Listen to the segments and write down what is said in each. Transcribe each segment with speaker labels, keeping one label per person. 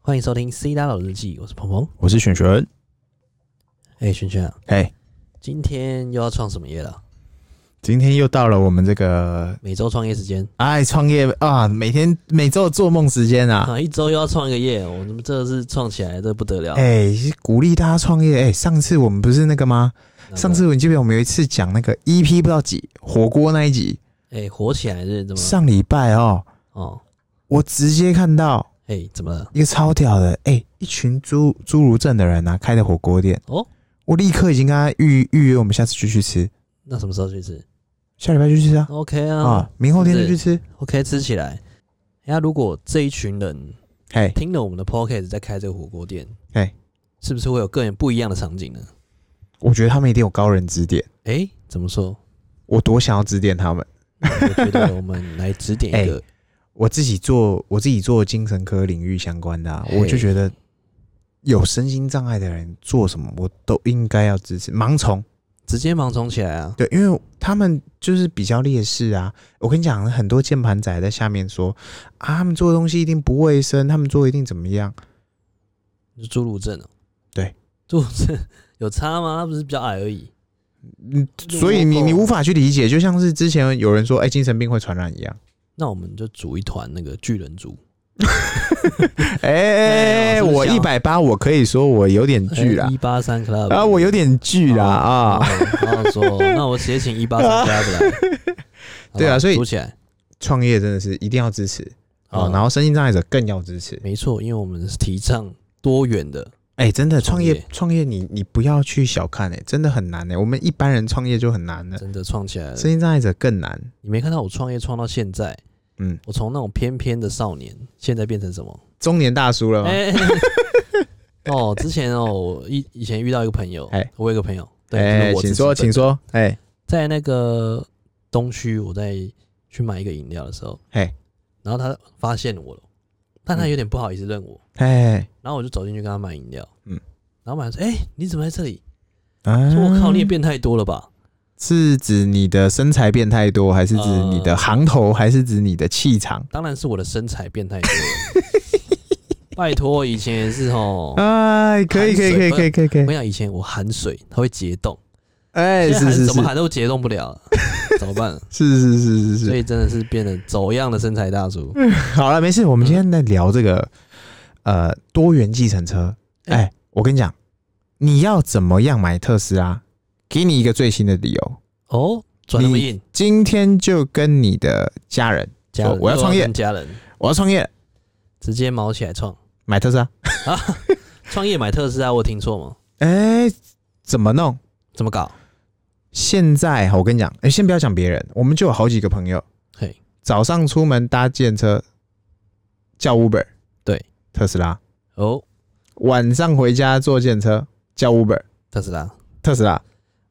Speaker 1: 欢迎收听《C 大佬日记》，我是鹏鹏。
Speaker 2: 我是璇璇，
Speaker 1: 哎、轩轩啊，
Speaker 2: 哎、
Speaker 1: 今天又要创什么业了？
Speaker 2: 今天又到了我们这个
Speaker 1: 每周创业时间
Speaker 2: 爱创业啊，每天每周的做梦时间啊，
Speaker 1: 啊，一周又要创一个业，哦我们这是创起来这不得了。
Speaker 2: 哎、鼓励大家创业，哎、上次我们不是那个吗？
Speaker 1: 那个
Speaker 2: 上次你记不记得我们有一次讲那个 EP 不知道几火锅那一集，
Speaker 1: 哎、火起来是怎么？
Speaker 2: 上礼拜哦，
Speaker 1: 哦，
Speaker 2: 我直接看到
Speaker 1: 哎、怎么了？
Speaker 2: 一个超屌的，哎、一群侏侏儒症的人啊开的火锅店
Speaker 1: 哦，
Speaker 2: 我立刻已经跟他预预约我们下次就去吃，
Speaker 1: 那什么时候去吃
Speaker 2: 下礼拜就去吃啊，
Speaker 1: ？OK 啊
Speaker 2: 啊，明后天就去吃，
Speaker 1: o k 吃起来。那、如果这一群人
Speaker 2: 嘿，
Speaker 1: 听了我们的 podcast 在开这个火锅店，
Speaker 2: 哎
Speaker 1: 是不是会有更不一样的场景呢？
Speaker 2: 我觉得他们一定有高人指点，
Speaker 1: 哎、怎么说？
Speaker 2: 我多想要指点他们。
Speaker 1: 我觉得我们来指点一 个，
Speaker 2: 哎我自己做我自己做精神科领域相关的、啊，
Speaker 1: 嘿
Speaker 2: 我就觉得有身心障碍的人做什么，我都应该要支持。盲从，
Speaker 1: 直接盲从起来啊！
Speaker 2: 对，因为他们就是比较劣势啊。我跟你讲，很多键盘仔在下面说啊，他们做的东西一定不卫生，他们做一定怎么样？
Speaker 1: 是侏儒症哦、
Speaker 2: 对，
Speaker 1: 侏儒症有差吗？他不是比较矮而已。
Speaker 2: 嗯，所以你你无法去理解，就像是之前有人说，哎、精神病会传染一样。
Speaker 1: 那我们就组一团那个巨人族，
Speaker 2: 哎、哎哎我一百八，我可以说我有点 巨啦
Speaker 1: 一，八三 club
Speaker 2: 啊，我有点巨啦啊。
Speaker 1: 哦然后说，那我直接请一八三 club 来。好吧
Speaker 2: 对啊所以
Speaker 1: 组起来
Speaker 2: 创业真的是一定要支持哦，
Speaker 1: 嗯
Speaker 2: 然后身心障碍者更要支持。
Speaker 1: 没错，因为我们是提倡多元的，
Speaker 2: 哎、真的
Speaker 1: 创
Speaker 2: 创
Speaker 1: 业
Speaker 2: 业创业你你不要去小看哎、真的很难哎、我们一般人创业就很难了，
Speaker 1: 真的创起来了。
Speaker 2: 身心障碍者更难。
Speaker 1: 你没看到我创业创到现在，
Speaker 2: 嗯，
Speaker 1: 我从那种偏偏的少年，现在变成什么？
Speaker 2: 中年大叔了吗？
Speaker 1: 哎、 哦，之前哦，我以以前遇到一个朋友，
Speaker 2: 嗯哎
Speaker 1: 我有一个朋友，对，就
Speaker 2: 哎、
Speaker 1: 是我
Speaker 2: 请
Speaker 1: 自己
Speaker 2: 说，
Speaker 1: 本人
Speaker 2: 请说。哎、
Speaker 1: 在那个东区，我在去买一个饮料的时候，
Speaker 2: 嘿，嗯
Speaker 1: 然后他发现我了，但他有点不好意思认我，
Speaker 2: 哎，
Speaker 1: 然后我就走进去跟他买饮料，
Speaker 2: 嗯，
Speaker 1: 然后买完说，哎、你怎么在这里？
Speaker 2: 啊
Speaker 1: 我说我靠，你也变太多了吧？
Speaker 2: 是指你的身材变太多，还是指你的行头，还是指你的气场？
Speaker 1: 当然是我的身材变太多了，拜托，以前也是哦。
Speaker 2: 哎，可以，可以，可以，可以，可以，可
Speaker 1: 我跟你
Speaker 2: 以。
Speaker 1: 讲，以前我含水它会结冻，
Speaker 2: 哎、
Speaker 1: 现在
Speaker 2: 是
Speaker 1: 含
Speaker 2: 是
Speaker 1: 怎
Speaker 2: 是
Speaker 1: 么含都结冻不了，怎么办？
Speaker 2: 是是是是是
Speaker 1: 所。以真的是变得走样的身材大叔。
Speaker 2: 好了，没事，
Speaker 1: 嗯
Speaker 2: 我们今天在聊这个呃多元计程车。
Speaker 1: 嗯
Speaker 2: 哎、我跟你讲，你要怎么样买特斯拉？给你一个最新的理由，
Speaker 1: 哦，转那么硬，
Speaker 2: 今天就跟你的家人
Speaker 1: 家人
Speaker 2: 说我要创业
Speaker 1: 跟家人
Speaker 2: 我要创业，
Speaker 1: 直接毛起来创。
Speaker 2: 买特斯拉。
Speaker 1: 创业买特斯拉，我有听错吗？
Speaker 2: 哎、怎么弄？
Speaker 1: 怎么搞？
Speaker 2: 现在我跟你讲，哎、先不要讲别人，我们就有好几个朋友，
Speaker 1: 嘿，
Speaker 2: 早上出门搭电车，叫 Uber，
Speaker 1: 对，
Speaker 2: 特斯拉；
Speaker 1: 哦，
Speaker 2: 晚上回家坐电车，叫 Uber，
Speaker 1: 特斯拉，
Speaker 2: 特斯拉，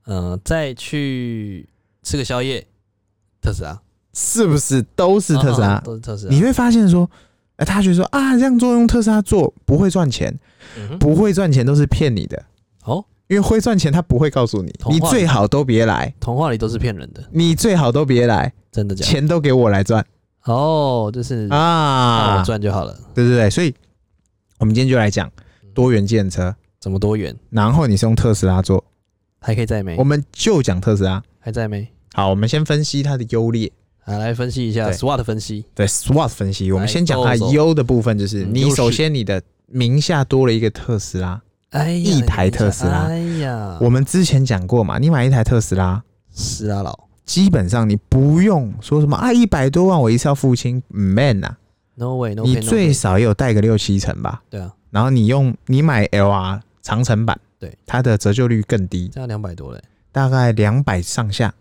Speaker 1: 嗯、再去吃个宵夜，特斯拉，
Speaker 2: 是不是都是特斯拉？
Speaker 1: 啊啊都是特斯拉。
Speaker 2: 你会发现说，呃，他觉得说啊，这样做用特斯拉做不会赚钱，
Speaker 1: 嗯哼
Speaker 2: 不会赚钱都是骗你的，
Speaker 1: 哦，
Speaker 2: 因为会赚钱他不会告诉你
Speaker 1: 童，话
Speaker 2: 你最好都别来，
Speaker 1: 童话里都是骗人的，
Speaker 2: 你最好都别来，
Speaker 1: 真的假的？
Speaker 2: 钱都给我来赚
Speaker 1: 哦，就是让
Speaker 2: 啊
Speaker 1: 我，赚就嗯好了，
Speaker 2: 对对对，所以我们今天就来讲多元建车，
Speaker 1: 怎么多元？
Speaker 2: 然后你是用特斯拉做，
Speaker 1: 还可以再没
Speaker 2: 我？们就讲特斯拉。
Speaker 1: 还在没？
Speaker 2: 好，我们先分析它的优劣，
Speaker 1: 啊，来分析一下
Speaker 2: 对
Speaker 1: SWOT 分析。
Speaker 2: 对 SWOT 分析，我们
Speaker 1: 来
Speaker 2: 先讲它
Speaker 1: 走走
Speaker 2: 优的部分，就是
Speaker 1: 嗯
Speaker 2: 你
Speaker 1: 优势
Speaker 2: 首先你的名下多了一个特斯拉，
Speaker 1: 哎呀，
Speaker 2: 一台特斯拉
Speaker 1: 哎呀，
Speaker 2: 我们之前讲过嘛，你买一台特斯拉，
Speaker 1: 斯拉佬
Speaker 2: 基本上你不用说什么啊，一百多万我一次要付清嗯，man 啊，
Speaker 1: ，No way，No
Speaker 2: 你
Speaker 1: pay，no
Speaker 2: 最
Speaker 1: gain
Speaker 2: 少也有贷个六七成吧。
Speaker 1: 对啊，
Speaker 2: 然后你用你买 LR 长城版，
Speaker 1: 对，
Speaker 2: 它的折旧率更低，
Speaker 1: 这样两百多嘞，
Speaker 2: 大概两百上下。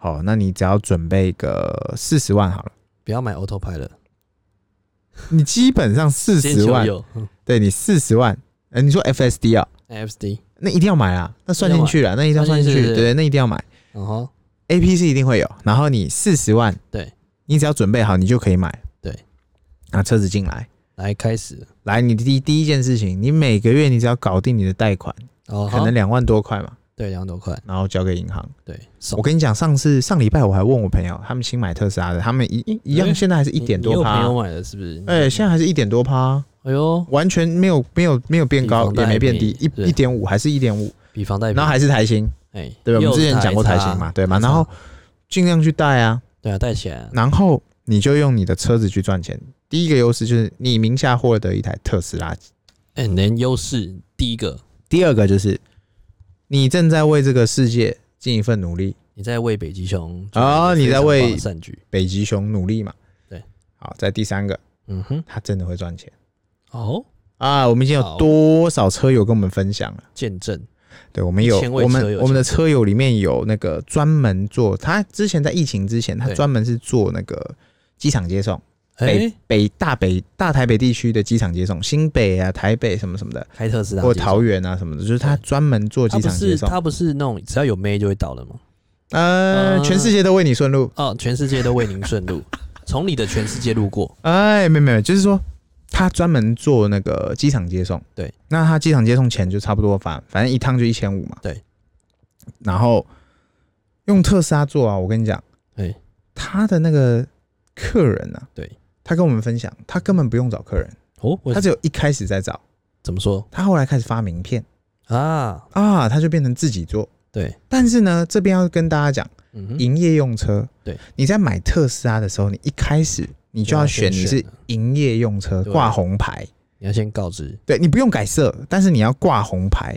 Speaker 2: 好，那你只要准备个四十万好了，
Speaker 1: 不要买 Autopilot，
Speaker 2: 你基本上四
Speaker 1: 先
Speaker 2: 十
Speaker 1: 求
Speaker 2: 万，
Speaker 1: 有 嗯
Speaker 2: 对你四十万，呃，你说 FSD 啊，
Speaker 1: ，FSD，
Speaker 2: 那一定要买啦，那算进去了，那一定要
Speaker 1: 算
Speaker 2: 算
Speaker 1: 进
Speaker 2: 进
Speaker 1: 去
Speaker 2: 去，
Speaker 1: 对
Speaker 2: 对，那一定要买。
Speaker 1: 嗯哼，
Speaker 2: AP 是一定会有，然后你四十万，
Speaker 1: 对，
Speaker 2: 你只要准备好，你就可以买。
Speaker 1: 对，
Speaker 2: 拿车子进来，
Speaker 1: 来开始，
Speaker 2: 来，你第第一件事情，你每个月你只要搞定你的贷款，
Speaker 1: 哦，
Speaker 2: 可能两万多块嘛，
Speaker 1: 对两百多块，
Speaker 2: 然后交给银行。
Speaker 1: 对，
Speaker 2: 我跟你讲，上次上礼拜我还问我朋友，他们新买特斯拉的，他们一一一
Speaker 1: 哎
Speaker 2: 样，现在还是一
Speaker 1: 你
Speaker 2: 点
Speaker 1: 你
Speaker 2: 多
Speaker 1: 有朋
Speaker 2: 趴
Speaker 1: 友，买的是不是？
Speaker 2: 哎，现在还是一点多趴，
Speaker 1: 哎呦，
Speaker 2: 完全没有没有没有变
Speaker 1: 比
Speaker 2: 高，
Speaker 1: 房贷
Speaker 2: 也没变低，
Speaker 1: 便宜
Speaker 2: 一
Speaker 1: 对
Speaker 2: 一点五还是一点五，
Speaker 1: 比房贷便宜，
Speaker 2: 然后还是台新，
Speaker 1: 哎，
Speaker 2: 对吧？我
Speaker 1: 又
Speaker 2: 们
Speaker 1: 是
Speaker 2: 之前讲过台
Speaker 1: 差
Speaker 2: 新嘛，对吗？
Speaker 1: 没错
Speaker 2: 然后尽量去贷啊，
Speaker 1: 对啊，贷钱，
Speaker 2: 然后你就用你的车子去赚钱。第一个优势就是你名下获得一台特斯拉，
Speaker 1: 哎，你的优势第一个，
Speaker 2: 第二个就是你正在为这个世界尽一份努力，
Speaker 1: 你在为北极熊
Speaker 2: 哦你在
Speaker 1: 非
Speaker 2: 为
Speaker 1: 常棒的善举，
Speaker 2: 北极熊努力嘛。
Speaker 1: 对，
Speaker 2: 好，在第三个，
Speaker 1: 嗯哼，
Speaker 2: 它真的会赚钱
Speaker 1: 哦，
Speaker 2: 啊！我们已经
Speaker 1: 好
Speaker 2: 有多少车友跟我们分享了？
Speaker 1: 见证，
Speaker 2: 对，我们有
Speaker 1: 一千位
Speaker 2: 我
Speaker 1: 车
Speaker 2: 们
Speaker 1: 友
Speaker 2: 我们的车友里面有那个专门做，他之前在疫情之前，他
Speaker 1: 对
Speaker 2: 专门是做那个机场接送，北
Speaker 1: 哎，
Speaker 2: 北大北大台北地区的机场接送，新北啊、台北什么什么的，
Speaker 1: 开特斯拉
Speaker 2: 或
Speaker 1: 接
Speaker 2: 桃园啊什么的，就是他专门做
Speaker 1: 他
Speaker 2: 机
Speaker 1: 不
Speaker 2: 场接
Speaker 1: 是
Speaker 2: 送，
Speaker 1: 啊他不是那种只要有妹就会倒的吗？
Speaker 2: 呃，
Speaker 1: 嗯
Speaker 2: 全世界都为你顺路。
Speaker 1: 哦，全世界都为您顺 路，从你的全世界路过。
Speaker 2: 哎，没有没有，就是说他专门做那个机场接送，
Speaker 1: 对，
Speaker 2: 那他机场接送钱就差不多，反反正一趟就一千五嘛，
Speaker 1: 对，
Speaker 2: 然后用特斯拉做啊，我跟你讲，
Speaker 1: 对，
Speaker 2: 他的那个客人啊，
Speaker 1: 对，
Speaker 2: 他跟我们分享，他根本不用找客人，
Speaker 1: 哦，我
Speaker 2: 他只有一开始在找，
Speaker 1: 怎么说
Speaker 2: 他后来开始发名片
Speaker 1: 啊？
Speaker 2: 啊，他就变成自己做，
Speaker 1: 对，
Speaker 2: 但是呢，这边要跟大家讲。
Speaker 1: 嗯哼，
Speaker 2: 营业用车，
Speaker 1: 对，
Speaker 2: 你在买特斯拉的时候，你一开始你就要选你
Speaker 1: 就要
Speaker 2: 是
Speaker 1: 先选了
Speaker 2: 营业用车，
Speaker 1: 对
Speaker 2: 挂红牌，
Speaker 1: 你要先告知。
Speaker 2: 对你不用改色，但是你要挂红牌。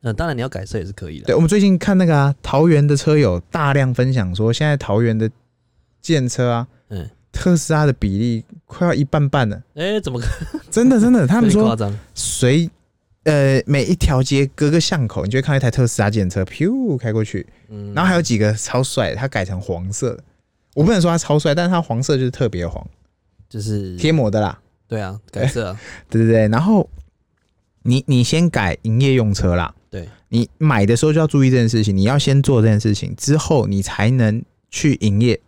Speaker 1: 嗯，当然你要改色也是可以的。
Speaker 2: 对我们最近看那个啊，桃园的车友大量分享说，现在桃园的建车啊，
Speaker 1: 嗯，
Speaker 2: 特斯拉的比例快要一半半了，
Speaker 1: 哎，怎么可
Speaker 2: 真的真的，他们
Speaker 1: 这么夸
Speaker 2: 说
Speaker 1: 张？
Speaker 2: 随呃每一条街隔个巷口，你就会看到一台特斯拉建车，噗开过去，
Speaker 1: 嗯
Speaker 2: 然后还有几个超帅的，它改成黄色的。我不能说它超帅，但是它黄色就是特别黄，
Speaker 1: 就是
Speaker 2: 贴膜的啦，
Speaker 1: 对啊，改色啊，
Speaker 2: 对对对。然后你你先改营业用车啦，
Speaker 1: 对，
Speaker 2: 你买的时候就要注意这件事情，你要先做这件事情，之后你才能去营业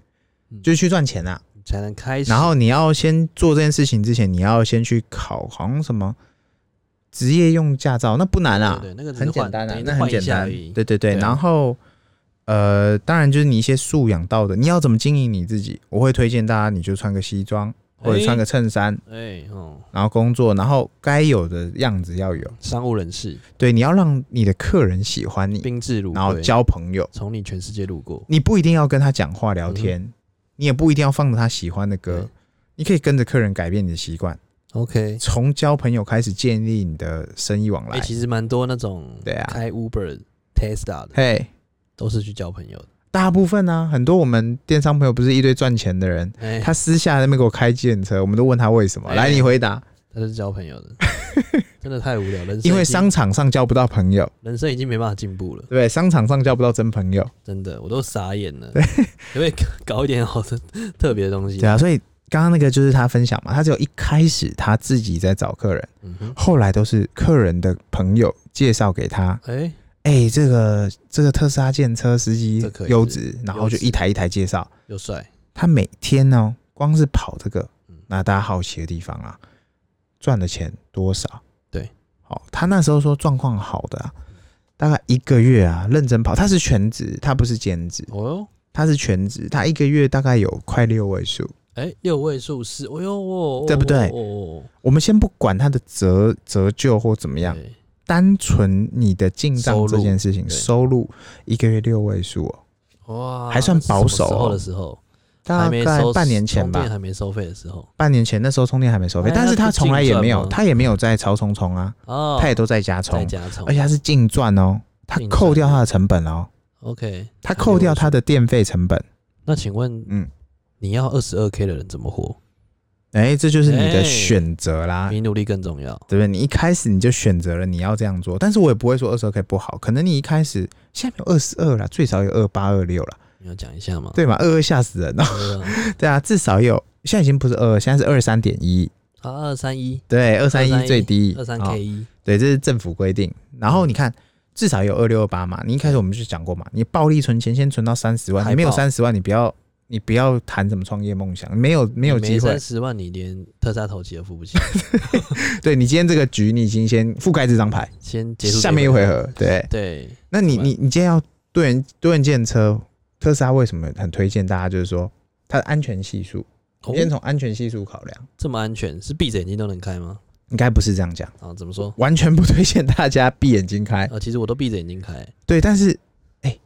Speaker 1: 嗯，
Speaker 2: 就是去赚钱啦。
Speaker 1: 你才能开始。
Speaker 2: 然后你要先做这件事情之前，你要先去考好像什么职业用驾照，那不难啊，
Speaker 1: 对，对那个只是
Speaker 2: 很
Speaker 1: 换
Speaker 2: 简单啊
Speaker 1: 对，
Speaker 2: 那很
Speaker 1: 换一
Speaker 2: 简
Speaker 1: 下
Speaker 2: 单
Speaker 1: 而已，
Speaker 2: 对对对。
Speaker 1: 对啊
Speaker 2: 然后呃，当然就是你一些素养道德，你要怎么经营你自己，我会推荐大家你就穿个西装或者
Speaker 1: 哎
Speaker 2: 穿个衬衫，
Speaker 1: 哎哦，
Speaker 2: 然后工作，然后该有的样子要有。
Speaker 1: 商务人士，
Speaker 2: 对，你要让你的客人喜欢你，
Speaker 1: 宾至如
Speaker 2: 然后
Speaker 1: 归，
Speaker 2: 交朋友。
Speaker 1: 从你全世界路过。
Speaker 2: 你不一定要跟他讲话聊天，你也不一定要放着他喜欢的歌
Speaker 1: 嗯对，
Speaker 2: 你可以跟着客人改变你的习惯，
Speaker 1: OK，
Speaker 2: 从交朋友开始建立你的生意往来
Speaker 1: 哎，。其实蛮多那种
Speaker 2: 对啊
Speaker 1: 开 Uber、Tesla 的，
Speaker 2: 嘿，
Speaker 1: 都是去交朋友的。
Speaker 2: 大部分呢、很多我们电商朋友不是一堆赚钱的人，
Speaker 1: 哎，
Speaker 2: 他私下在那边给我开计程车，我们都问他为什么。
Speaker 1: 哎
Speaker 2: 来，你回答，
Speaker 1: 他是交朋友 的，真的太无聊了。人生
Speaker 2: 因为
Speaker 1: 已经
Speaker 2: 商场上交不到朋友，
Speaker 1: 人生已经没办法进步了
Speaker 2: 对，不对？商场上交不到真朋友。
Speaker 1: 真的，我都傻眼了。可不可以搞一点好的特别的东西？
Speaker 2: 对啊，所以刚刚那个就是他分享嘛，他只有一开始他自己在找客人，
Speaker 1: 嗯哼，
Speaker 2: 后来都是客人的朋友介绍给他，
Speaker 1: 哎、
Speaker 2: 哎、这个这个特斯拉建车司机
Speaker 1: 这可以是
Speaker 2: 优质，然后就
Speaker 1: 优质
Speaker 2: 一台一台介绍。
Speaker 1: 又帅，
Speaker 2: 他每天呢、光是跑这个
Speaker 1: 嗯，
Speaker 2: 那大家好奇的地方啊，赚的钱多少？
Speaker 1: 对，
Speaker 2: 好、他那时候说状况好的、啊，大概一个月啊，认真跑，他是全职，他不是兼职，
Speaker 1: 哦哟，
Speaker 2: 他是全职，他一个月大概有快六位数。
Speaker 1: 哎、六位数是，哦哟，哦，哦
Speaker 2: 对不对
Speaker 1: 哦哦，
Speaker 2: 我们先不管它的折折旧或怎么
Speaker 1: 这
Speaker 2: 样，单纯你的进
Speaker 1: 收
Speaker 2: 账
Speaker 1: 入
Speaker 2: 这件事情，
Speaker 1: 对
Speaker 2: 收入一个月六位数哦，
Speaker 1: 哇，
Speaker 2: 还算保守
Speaker 1: 那是什么时
Speaker 2: 哦
Speaker 1: 候的时候，
Speaker 2: 大
Speaker 1: 还没
Speaker 2: 概
Speaker 1: 收
Speaker 2: 半年前
Speaker 1: 充
Speaker 2: 吧
Speaker 1: 电，还没收费的时候，
Speaker 2: 半年前那时候充电还没收费
Speaker 1: 哎，
Speaker 2: 但是
Speaker 1: 那
Speaker 2: 他
Speaker 1: 不
Speaker 2: 从来也没
Speaker 1: 净赚
Speaker 2: 有，
Speaker 1: 吗
Speaker 2: 他也没有在超充充啊，
Speaker 1: 哦，
Speaker 2: 他也都在家
Speaker 1: 再
Speaker 2: 充，
Speaker 1: 加充，
Speaker 2: 而且他是净赚哦，他
Speaker 1: 净赚
Speaker 2: 扣掉他的成本哦，
Speaker 1: OK，
Speaker 2: 他扣掉
Speaker 1: 还
Speaker 2: 他的电费成本，
Speaker 1: 没有。那请问，
Speaker 2: 嗯，
Speaker 1: 你要二十二 K 的人怎么活？
Speaker 2: 哎，这就是你
Speaker 1: 哎
Speaker 2: 的选择啦，
Speaker 1: 比努力更重要。
Speaker 2: 对不对？你一开始你就选择了你要这样做，但是我也不会说二十二 K 不好，可能你一开始现在没有二十二啦，最少有二八二六啦。
Speaker 1: 你要讲一下吗？
Speaker 2: 对嘛？二二吓死人了、哦
Speaker 1: 对啊，
Speaker 2: 对啊，至少有现在已经不是二二，现在是二三点一，
Speaker 1: 啊，二三一，
Speaker 2: 对，二三一最低，
Speaker 1: 二三
Speaker 2: 哦
Speaker 1: K 嗯一，
Speaker 2: 对，这是政府规定。然后你看，至少有二六二八嘛，你一开始我们就讲过嘛，你暴力存钱先存到三十万，
Speaker 1: 海
Speaker 2: 你没有
Speaker 1: 报
Speaker 2: 三十万，你不要你不要谈什么创业梦想，没有没有机会
Speaker 1: 三。十万，你连特斯拉头期都付不起，
Speaker 2: 对你今天这个局，你已经先覆盖这张牌，
Speaker 1: 先结束这
Speaker 2: 下面一回合，对，
Speaker 1: 对，
Speaker 2: 那你
Speaker 1: 怎么
Speaker 2: 你你今天要多人多人建车，特斯拉为什么很推荐大家？就是说它的安全系数，
Speaker 1: 哦
Speaker 2: 你先从安全系数考量。
Speaker 1: 这么安全，是闭着眼睛都能开吗？
Speaker 2: 应该不是这样讲，
Speaker 1: 啊，怎么说？
Speaker 2: 完全不推荐大家闭眼睛开。
Speaker 1: 啊，其实我都闭着眼睛开，
Speaker 2: 对，但是哎、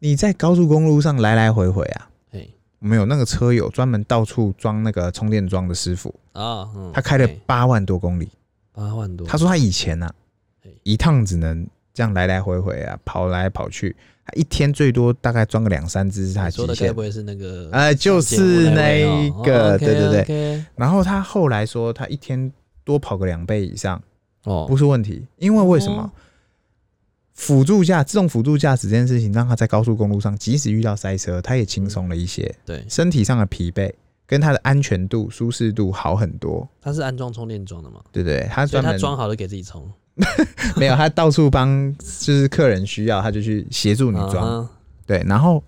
Speaker 2: 你在高速公路上来来回回啊，
Speaker 1: 嘿
Speaker 2: 我们有那个车友专门到处装那个充电桩的师傅，
Speaker 1: 啊，嗯，
Speaker 2: 他开了
Speaker 1: 嘿
Speaker 2: 八万多公里。
Speaker 1: 八万多，
Speaker 2: 他说他以前呢、啊
Speaker 1: 嘿，
Speaker 2: 一趟只能这样来来回回啊，跑来跑去，他一天最多大概装个两三只是他
Speaker 1: 你
Speaker 2: 的
Speaker 1: 说
Speaker 2: 极
Speaker 1: 的该
Speaker 2: 限
Speaker 1: 不。会是那个
Speaker 2: 呃，就是那
Speaker 1: 啊
Speaker 2: 一
Speaker 1: 哦
Speaker 2: 个，对对对。
Speaker 1: 对，
Speaker 2: 然后他后来说，他一天多跑个两倍以上
Speaker 1: 哦，
Speaker 2: 不是问题，因为为什么
Speaker 1: 哦？
Speaker 2: 辅助驾自动辅助驾驶这件事情，让他在高速公路上即使遇到塞车，他也轻松了一些，
Speaker 1: 对，
Speaker 2: 身体上的疲惫跟他的安全度、舒适度好很多，
Speaker 1: 它是安装充电桩的嘛，
Speaker 2: 对不对？他
Speaker 1: 所以
Speaker 2: 专
Speaker 1: 它
Speaker 2: 门
Speaker 1: 装好了给自己充，
Speaker 2: 没有，他到处帮，就是客人需要，他就去协助你装。
Speaker 1: 啊哈，
Speaker 2: 对，然后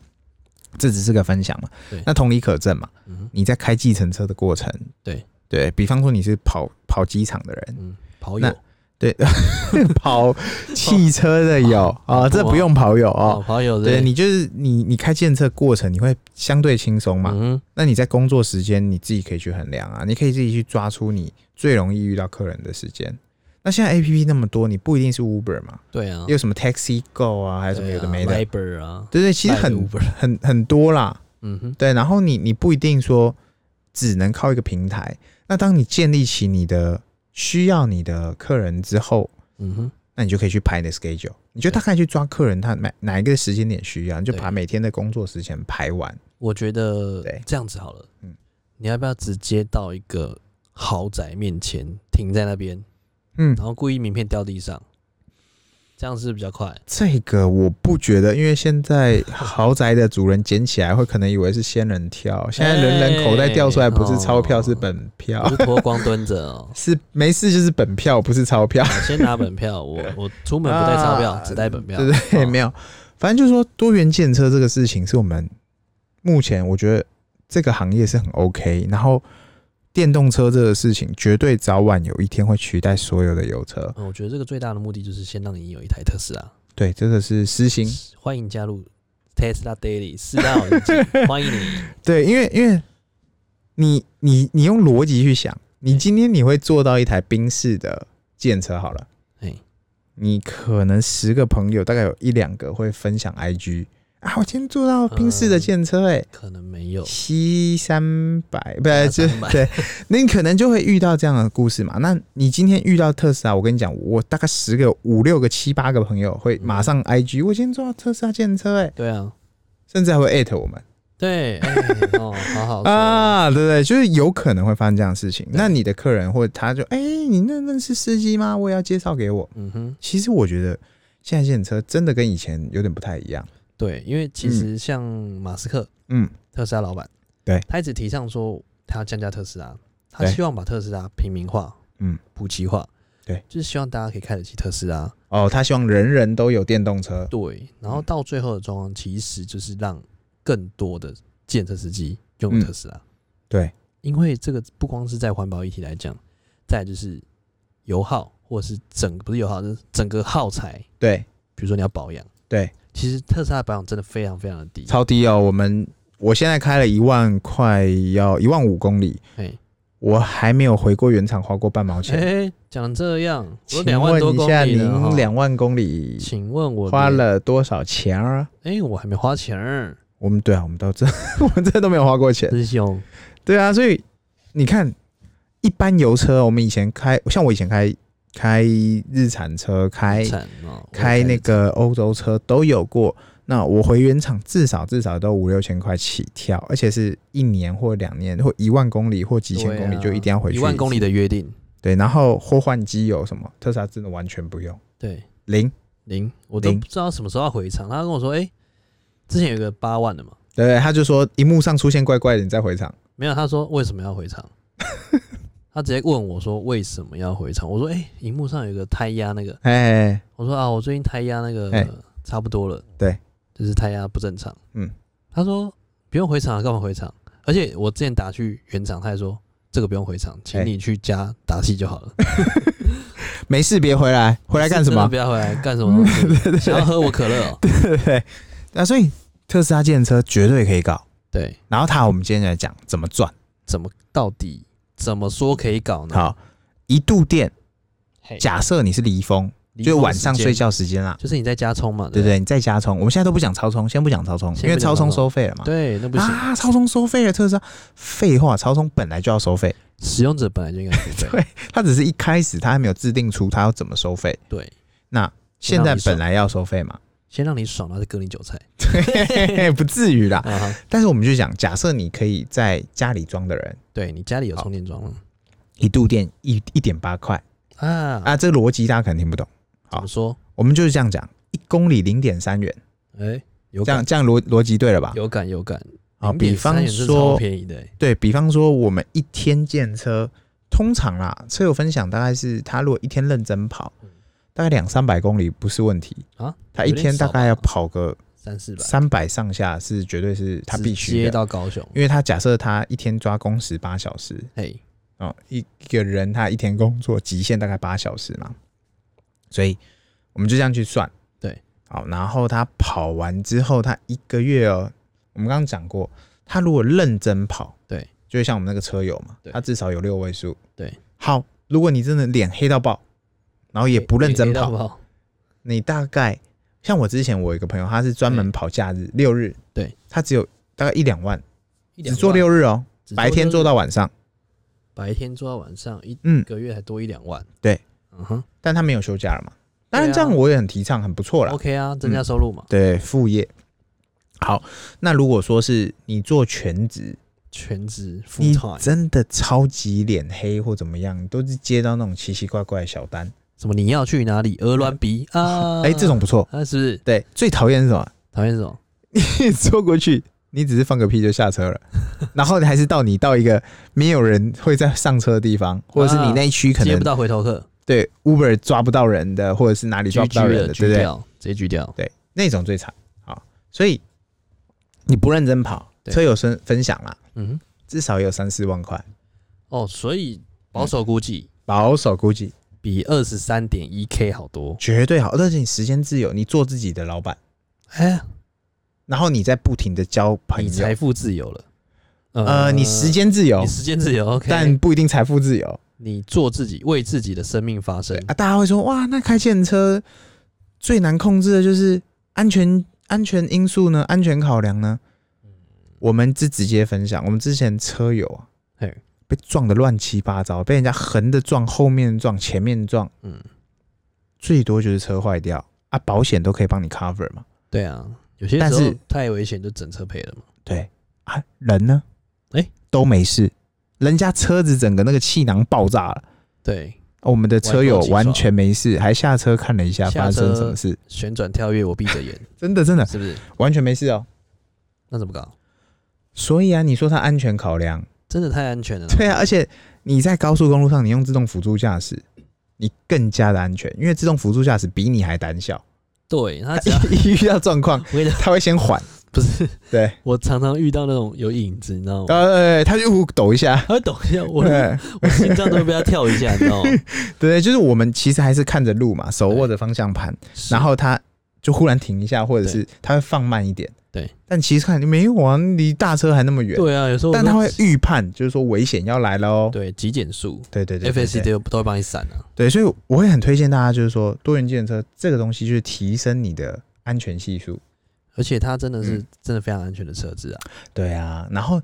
Speaker 2: 这只是个分享嘛
Speaker 1: 对。
Speaker 2: 那同理可证嘛，
Speaker 1: 嗯
Speaker 2: 你在开计程车的过程，
Speaker 1: 对
Speaker 2: 对比方说你是跑跑机场的 人，
Speaker 1: 嗯，跑
Speaker 2: 那
Speaker 1: 友
Speaker 2: 跑汽车的有
Speaker 1: 哦
Speaker 2: 啊、
Speaker 1: 跑步啊
Speaker 2: 这不用跑友
Speaker 1: 哦，
Speaker 2: 哦。
Speaker 1: 跑友
Speaker 2: 对
Speaker 1: 不
Speaker 2: 你就是你，你开建车过程你会相对轻松嘛？
Speaker 1: 嗯哼，
Speaker 2: 那你在工作时间你自己可以去衡量啊，你可以自己去抓出你最容易遇到客人的时间。那现在 A P P 那么多，你不一定是 Uber 嘛？
Speaker 1: 对啊，
Speaker 2: 有什么 Taxi Go 啊，还有什么有的没的，
Speaker 1: l i b e r 啊，
Speaker 2: 对对，其实
Speaker 1: Uber
Speaker 2: 很很很多啦，
Speaker 1: 嗯哼，
Speaker 2: 对。然后你你不一定说只能靠一个平台，那当你建立起你的需要你的客人之后，
Speaker 1: 嗯哼，
Speaker 2: 那你就可以去排你的 schedule，你就大概去抓客人他哪哪一个时间点需要，你就
Speaker 1: 对
Speaker 2: 把每天的工作时间排完。
Speaker 1: 我觉得
Speaker 2: 对
Speaker 1: 这样子好了，
Speaker 2: 嗯
Speaker 1: 你要不要直接到一个豪宅面前停在那边，
Speaker 2: 嗯，
Speaker 1: 然后故意名片掉地上，这样是不是比较快？
Speaker 2: 这个我不觉得，因为现在豪宅的主人捡起来会可能以为是仙人跳，
Speaker 1: 哎
Speaker 2: 现在人人口袋掉出来不是钞票
Speaker 1: 哦
Speaker 2: 是本票，
Speaker 1: 我，是脱光蹲着哦
Speaker 2: 是没事就是本票不是钞票。
Speaker 1: 我先拿本票， 我我出门不带钞票，
Speaker 2: 啊
Speaker 1: 只带本票，哦
Speaker 2: 对不 对？没
Speaker 1: 有，
Speaker 2: 有，反正就是说多元建车这个事情是我们目前我觉得这个行业是很 OK，然后电动车这个事情绝对早晚有一天会取代所有的油车，
Speaker 1: 嗯我觉得这个最大的目的就是先让你有一台特斯拉。
Speaker 2: 对，这个是私心，
Speaker 1: 欢迎加入 Tesla Daily 四大好日记，欢迎你。
Speaker 2: 对，因为因为你你你用逻辑去想，你今天你会坐到一台宾士的建车好了
Speaker 1: 嘿。
Speaker 2: 你可能十个朋友，大概有一两个会分享 IG 啊！我今天坐到宾士的
Speaker 1: 嗯
Speaker 2: 建车、欸，哎、
Speaker 1: 可能没有，
Speaker 2: 七三百，不是就
Speaker 1: 300
Speaker 2: 对，那你可能就会遇到这样的故事嘛。那你今天遇到特斯拉，我跟你讲，我大概十个、五六个、七八个朋友会马上 IG，、我今天坐到特斯拉建车、欸，哎，
Speaker 1: 对啊，
Speaker 2: 甚至还会艾特我们
Speaker 1: 对，哎、哦，好好说，
Speaker 2: 啊，对不对？就是有可能会发生这样的事情。
Speaker 1: 对
Speaker 2: 那你的客人或者他就，哎、你那认识司机吗？我也要介绍给我。
Speaker 1: 嗯哼，
Speaker 2: 其实我觉得现在建车真的跟以前有点不太一样。
Speaker 1: 对，因为其实像马斯克，
Speaker 2: 嗯，
Speaker 1: 特斯拉老板，
Speaker 2: 对
Speaker 1: 他一直提倡说他要降价特斯拉，他
Speaker 2: 对
Speaker 1: 希望把特斯拉平民化，
Speaker 2: 嗯，
Speaker 1: 普及化，
Speaker 2: 对，
Speaker 1: 就是希望大家可以开得起特斯拉，
Speaker 2: 哦，他希望人人都有电动车。
Speaker 1: 对，然后
Speaker 2: 嗯
Speaker 1: 到最后的状况其实就是让更多的建设司机拥
Speaker 2: 嗯
Speaker 1: 有特斯拉，
Speaker 2: 对，
Speaker 1: 因为这个不光是在环保议题来讲，再来就是油耗或者是整不是油耗，就是整个耗材，
Speaker 2: 对，
Speaker 1: 比如说你要保养，
Speaker 2: 对。
Speaker 1: 其实特斯拉的保养真的非常非常的低，
Speaker 2: 超低哦！我们我现在开了一万块，要一万五公里，
Speaker 1: 哎
Speaker 2: 我还没有回过原厂花过半毛钱。
Speaker 1: 哎，讲、这样，我
Speaker 2: 请
Speaker 1: 两万多
Speaker 2: 问一
Speaker 1: 公
Speaker 2: 下，
Speaker 1: 里
Speaker 2: 您
Speaker 1: 了哈，
Speaker 2: 两万公里
Speaker 1: 请问我
Speaker 2: 花
Speaker 1: 连，
Speaker 2: 了多少钱啊？
Speaker 1: 哎、我还没花钱儿，
Speaker 2: 我们对啊，我们到这， 我们这都没有花过钱。
Speaker 1: 师兄，
Speaker 2: 对啊，所以你看，一般油车，我们以前开，像我以前开开日产车，开
Speaker 1: 惨哦，我
Speaker 2: 开
Speaker 1: 也
Speaker 2: 那个欧洲车都有过。那我回原厂至少至少都五六千块起跳，而且是一年或两年或一万公里或几千公里
Speaker 1: 对啊
Speaker 2: 就一定要回去
Speaker 1: 一万公里
Speaker 2: 的
Speaker 1: 的约定，
Speaker 2: 对，然后或换机油什么，特斯拉真的完全不用
Speaker 1: 对，
Speaker 2: 零，
Speaker 1: 零，我都
Speaker 2: 零
Speaker 1: 不知道什么时候要回厂，他跟我说，哎、之前有个八万的嘛，
Speaker 2: 对不对？他就说荧幕上出现怪怪的，你再回厂，
Speaker 1: 没有，他说为什么要回 厂？他直接问我说为什么要回厂？我说哎，荧、幕上有个胎压那个，
Speaker 2: 哎，
Speaker 1: 我说啊，我最近胎压那个、
Speaker 2: 哎
Speaker 1: 差不多了，
Speaker 2: 对，
Speaker 1: 就是胎压不正常。
Speaker 2: 嗯，
Speaker 1: 他说不用回厂啊，干嘛回厂？而且我之前打去原厂，他还说这个不用回厂，请
Speaker 2: 哎
Speaker 1: 你去家打气就好了。
Speaker 2: 没事别回来， 回来干什
Speaker 1: 真的
Speaker 2: 么
Speaker 1: 不？要回来干什么 东西？想要喝我可乐哦、
Speaker 2: 对不对？那所以特斯拉建车绝对可以搞。
Speaker 1: 对，
Speaker 2: 然后它我们今天来讲怎么赚，
Speaker 1: 怎么到底怎么说可以搞呢？
Speaker 2: 好，一度电，
Speaker 1: 嘿
Speaker 2: 假设你是离峰，
Speaker 1: 离
Speaker 2: 就是
Speaker 1: 峰
Speaker 2: 晚上
Speaker 1: 时间
Speaker 2: 睡觉时间啦，
Speaker 1: 就是你在家充嘛，对
Speaker 2: 对不对？你再加充，我们现在都不讲超充，先不讲超充，
Speaker 1: 先不
Speaker 2: 因为
Speaker 1: 讲
Speaker 2: 超充
Speaker 1: 超充
Speaker 2: 收费了嘛
Speaker 1: 不。对？对，那不行，
Speaker 2: 啊，超充收费了，特斯拉。废话，超充本来就要收费，
Speaker 1: 使用者本来就应该付费，
Speaker 2: 对它只是一开始它还没有制定出它要怎么收费。
Speaker 1: 对，
Speaker 2: 现在本来要收费嘛，
Speaker 1: 先让你爽，然后再割你韭菜
Speaker 2: 不至于啦。
Speaker 1: 啊哈！
Speaker 2: 但是我们就讲，假设你可以在家里装的人，
Speaker 1: 对你家里有
Speaker 2: 好
Speaker 1: 充电桩吗？
Speaker 2: 一度电一一点八块
Speaker 1: 啊，
Speaker 2: 啊，这个逻辑大家可能听不懂。
Speaker 1: 怎么说？
Speaker 2: 我们就是这样讲，一公里零点三元，
Speaker 1: 哎，有
Speaker 2: 这样
Speaker 1: 感
Speaker 2: 这样逻逻辑对了吧？
Speaker 1: 有感有感
Speaker 2: 啊，
Speaker 1: 0.3
Speaker 2: 比方
Speaker 1: 元是超
Speaker 2: 说，
Speaker 1: 便宜的，哎
Speaker 2: 对比方说，我们一天见车，通常啦，车友分享大概是他如果一天认真跑，
Speaker 1: 嗯
Speaker 2: 大概两三百公里不是问题
Speaker 1: 啊，
Speaker 2: 他一
Speaker 1: 有点
Speaker 2: 天
Speaker 1: 少
Speaker 2: 大
Speaker 1: 吧
Speaker 2: 概要跑个
Speaker 1: 三四百，
Speaker 2: 三百上下是绝对是他必
Speaker 1: 直
Speaker 2: 须
Speaker 1: 接
Speaker 2: 的，
Speaker 1: 到高雄，
Speaker 2: 因为他假设他一天抓工时八小时，
Speaker 1: 嘿，
Speaker 2: 哦，一一个人他一天工作极限大概八小时嘛，所以我们就这样去算。
Speaker 1: 对，
Speaker 2: 好，然后他跑完之后，他一个月哦，我们刚刚讲过，他如果认真跑，
Speaker 1: 对，
Speaker 2: 就会像我们那个车友嘛
Speaker 1: 对，
Speaker 2: 他至少有六位数。
Speaker 1: 对，
Speaker 2: 好，如果你真的脸黑到爆，然后也不认真
Speaker 1: 黑到
Speaker 2: 跑，
Speaker 1: 爆，
Speaker 2: 你大概像我之前我有一个朋友，他是专门跑假日六日，
Speaker 1: 对
Speaker 2: 他只有大概一两万，
Speaker 1: 一
Speaker 2: 只
Speaker 1: 两
Speaker 2: 做
Speaker 1: 万
Speaker 2: 六日哦，
Speaker 1: 只
Speaker 2: 白天
Speaker 1: 六
Speaker 2: 做
Speaker 1: 日
Speaker 2: 到晚上，
Speaker 1: 白天做到晚上，一
Speaker 2: 嗯，
Speaker 1: 个月还多一两万，
Speaker 2: 对，
Speaker 1: 嗯哼
Speaker 2: 但他没有休假了嘛。当然，
Speaker 1: 对啊
Speaker 2: 这样我也很提倡，很不错啦。
Speaker 1: ，OK 啊，增加收入嘛，
Speaker 2: 对，副业。好，那如果说是你做全职，
Speaker 1: 全职 full
Speaker 2: 你
Speaker 1: time，
Speaker 2: 真的超级脸黑或怎么样，你都是接到那种奇奇怪怪的小单，
Speaker 1: 什么你要去哪里，鹅銮鼻啊，
Speaker 2: 哎、这种不错。
Speaker 1: 啊是不是
Speaker 2: 对，最讨厌是什么？
Speaker 1: 讨厌这种？
Speaker 2: 你坐过去，你只是放个屁就下 车了，然后还是到你到一个没有人会在上车的地方，或者是你那一区可
Speaker 1: 接
Speaker 2: 能、
Speaker 1: 不到回头客，
Speaker 2: 对 Uber 抓不到人的，或者是哪里抓
Speaker 1: 狙
Speaker 2: 不到
Speaker 1: 击
Speaker 2: 人
Speaker 1: 了，
Speaker 2: 的，对不
Speaker 1: 狙
Speaker 2: 对？
Speaker 1: 掉，直接狙掉，
Speaker 2: 对，那种最惨啊。好所以你不认真跑，
Speaker 1: 对
Speaker 2: 车友分分享啦，
Speaker 1: 嗯哼，
Speaker 2: 至少也有三四万块，
Speaker 1: 哦，所以保守估计
Speaker 2: 保守估计
Speaker 1: 比二十三点一 k 好多，
Speaker 2: 绝对好。而且你时间自由，你做自己的老板，
Speaker 1: 哎，
Speaker 2: 然后你在不停的交朋
Speaker 1: 你
Speaker 2: 友
Speaker 1: 财，富自由了，
Speaker 2: 呃，你时间自由
Speaker 1: 你，时间自由，OK，
Speaker 2: 但不一定财富自由。
Speaker 1: 你做自己，为自己的生命发
Speaker 2: 对
Speaker 1: 声，
Speaker 2: 啊，大家会说哇，那开电车最难控制的就是安全安全因素呢，安全考量呢。
Speaker 1: 嗯
Speaker 2: 我们是直接分享，我们之前车友啊
Speaker 1: 嘿，
Speaker 2: 被撞的乱七八糟，被人家横的撞，后面撞，前面撞，
Speaker 1: 嗯，
Speaker 2: 最多就是车坏掉啊，保险都可以帮你 cover 嘛。
Speaker 1: 对啊，有些
Speaker 2: 但
Speaker 1: 时候
Speaker 2: 是
Speaker 1: 太危险就整车赔了嘛，
Speaker 2: 对啊，人呢？
Speaker 1: 哎
Speaker 2: 都没事，人家车子整个那个气囊爆炸了，
Speaker 1: 对，
Speaker 2: 我们的车友
Speaker 1: 玩够几
Speaker 2: 完
Speaker 1: 爽
Speaker 2: 全没事，还下车看了一下
Speaker 1: 下
Speaker 2: 发生
Speaker 1: 车
Speaker 2: 什么事，
Speaker 1: 旋转跳跃，我闭 着眼，
Speaker 2: 真的真的
Speaker 1: 是不是？
Speaker 2: 完全没事哦。
Speaker 1: 那怎么搞？
Speaker 2: 所以啊，你说它安全考量，
Speaker 1: 真的太安全了。
Speaker 2: 对啊，而且你在高速公路上，你用自动辅助驾驶，你更加的安全，因为自动辅助驾驶比你还胆小，
Speaker 1: 对他只要
Speaker 2: 它一遇到状况，
Speaker 1: 我跟你讲，
Speaker 2: 它会先缓，
Speaker 1: 不是，
Speaker 2: 对，
Speaker 1: 我常常遇到那种有影子，你知道吗？
Speaker 2: 呃，它就呜抖一下，
Speaker 1: 他会抖一下，我
Speaker 2: 对
Speaker 1: 我心脏都会被他跳一下，你知道吗？
Speaker 2: 对，就是我们其实还是看着路嘛，手握着方向盘，
Speaker 1: 是
Speaker 2: 然后它就忽然停一下，或者是它会放慢一点，
Speaker 1: 对，
Speaker 2: 但其实看没有啊，离大车还那么远，
Speaker 1: 对啊，有时候
Speaker 2: 但它
Speaker 1: 他
Speaker 2: 会预判，就是说危险要来了哦。
Speaker 1: 对极减速
Speaker 2: 对对对对对
Speaker 1: ，FSD 都都会帮你闪啊。
Speaker 2: 对，所以我会很推荐大家，就是说多元建车这个东西，就是提升你的安全系数。
Speaker 1: 而且它真的
Speaker 2: 嗯
Speaker 1: 是真的非常安全的车子啊，
Speaker 2: 对啊，然后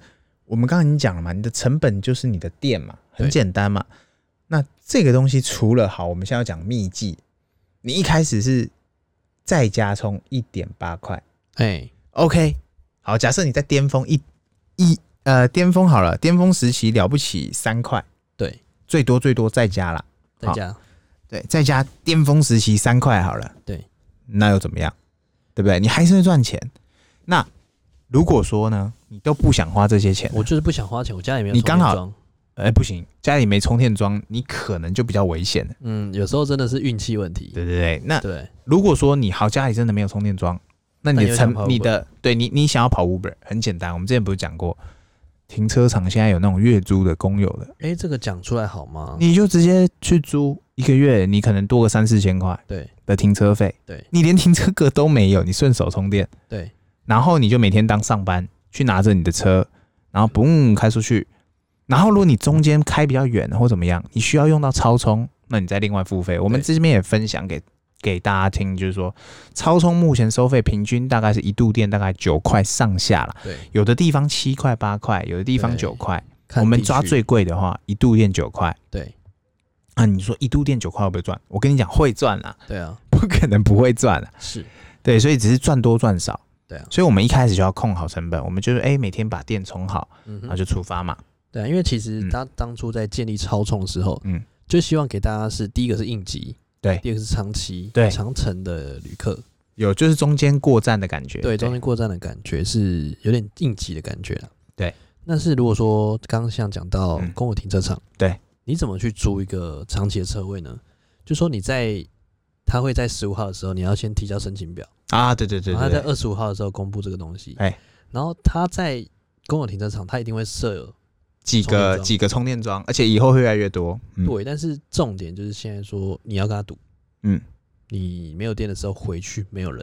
Speaker 2: 我们刚刚已经讲了嘛，你的成本就是你的电嘛，很
Speaker 1: 对
Speaker 2: 简单嘛。那这个东西除了好，我们现在要讲秘技，你一开始是再加充一点八块
Speaker 1: 哎，
Speaker 2: ，OK，好，假设你在巅峰一一呃巅峰好了，巅峰时期了不起三块，
Speaker 1: 对，
Speaker 2: 最多最多再加啦，
Speaker 1: 再加
Speaker 2: 对，再加巅峰时期三块好了，
Speaker 1: 对，
Speaker 2: 那又怎么样？对不对？你还是会赚钱。那如果说呢，你都不想花这些钱，啊
Speaker 1: 我就是不想花钱，我家里没有
Speaker 2: 你刚好
Speaker 1: 充电桩
Speaker 2: 哎、不行，家里没充电桩，你可能就比较危险了。
Speaker 1: 嗯，有时候真的是运气问题，
Speaker 2: 对对对，那
Speaker 1: 对，
Speaker 2: 如果说你好，家里真的没有充电桩，那
Speaker 1: 那
Speaker 2: 你
Speaker 1: 你
Speaker 2: 的
Speaker 1: 就
Speaker 2: 成
Speaker 1: 想跑
Speaker 2: 你的对你你想要跑 Uber，很简单，我们之前不是讲过，停车场现在有那种月租的、公有的，
Speaker 1: 哎，这个讲出来好吗？
Speaker 2: 你就直接去租一个月，你可能多个三四千块
Speaker 1: 对
Speaker 2: 的停车费，
Speaker 1: 对
Speaker 2: 你连停车格都没有，你顺手充电。
Speaker 1: 对，
Speaker 2: 然后你就每天当上班去拿着你的车，然后嘣开出去，然后如果你中间开比较远或怎么样，你需要用到超充，那你再另外付费。我们这边也分享给给大家听，就是说超充目前收费平均大概是一度电大概九块上下啦，
Speaker 1: 对，
Speaker 2: 有的地方七块八块，有的地方
Speaker 1: 对
Speaker 2: 九块。
Speaker 1: 看
Speaker 2: 我们
Speaker 1: 地
Speaker 2: 抓
Speaker 1: 区
Speaker 2: 最贵的话，一度电九块
Speaker 1: 对
Speaker 2: 啊！你说一度电九块会不会赚？我跟你讲会赚啦，
Speaker 1: 对啊，
Speaker 2: 不可能不会赚啦。
Speaker 1: 是
Speaker 2: 对，所以只是赚多赚少。
Speaker 1: 对啊，
Speaker 2: 所以我们一开始就要控好成本，我们就是哎、每天把电充好，
Speaker 1: 嗯
Speaker 2: 然后
Speaker 1: 哼，
Speaker 2: 就出发嘛。
Speaker 1: 对啊，因为其实
Speaker 2: 嗯
Speaker 1: 他当初在建立超充的时候，
Speaker 2: 嗯，
Speaker 1: 就希望给大家是第一个是应急，
Speaker 2: 对
Speaker 1: 第二个是长期
Speaker 2: 对
Speaker 1: 长程的旅客，
Speaker 2: 有就是中间过站的感觉。
Speaker 1: 对，中间过站的感觉是有点应急的感觉啦。
Speaker 2: 对，
Speaker 1: 但是如果说刚刚像讲到
Speaker 2: 嗯
Speaker 1: 公有停车场，
Speaker 2: 对，
Speaker 1: 你怎么去租一个长期的车位呢？就说你在他会在十五号的时候，你要先提交申请表，
Speaker 2: 啊，对对对
Speaker 1: 然后他在
Speaker 2: 对对，
Speaker 1: 二十五号的时候公布这个东西，
Speaker 2: 哎
Speaker 1: 然后他在公有停车场，他一定会设有
Speaker 2: 几
Speaker 1: 充电
Speaker 2: 个
Speaker 1: 桩
Speaker 2: 几个充电桩，而且以后会越来越多。嗯，
Speaker 1: 对，但是重点就是现在说你要跟他赌，
Speaker 2: 嗯，
Speaker 1: 你没有电的时候回去没有人，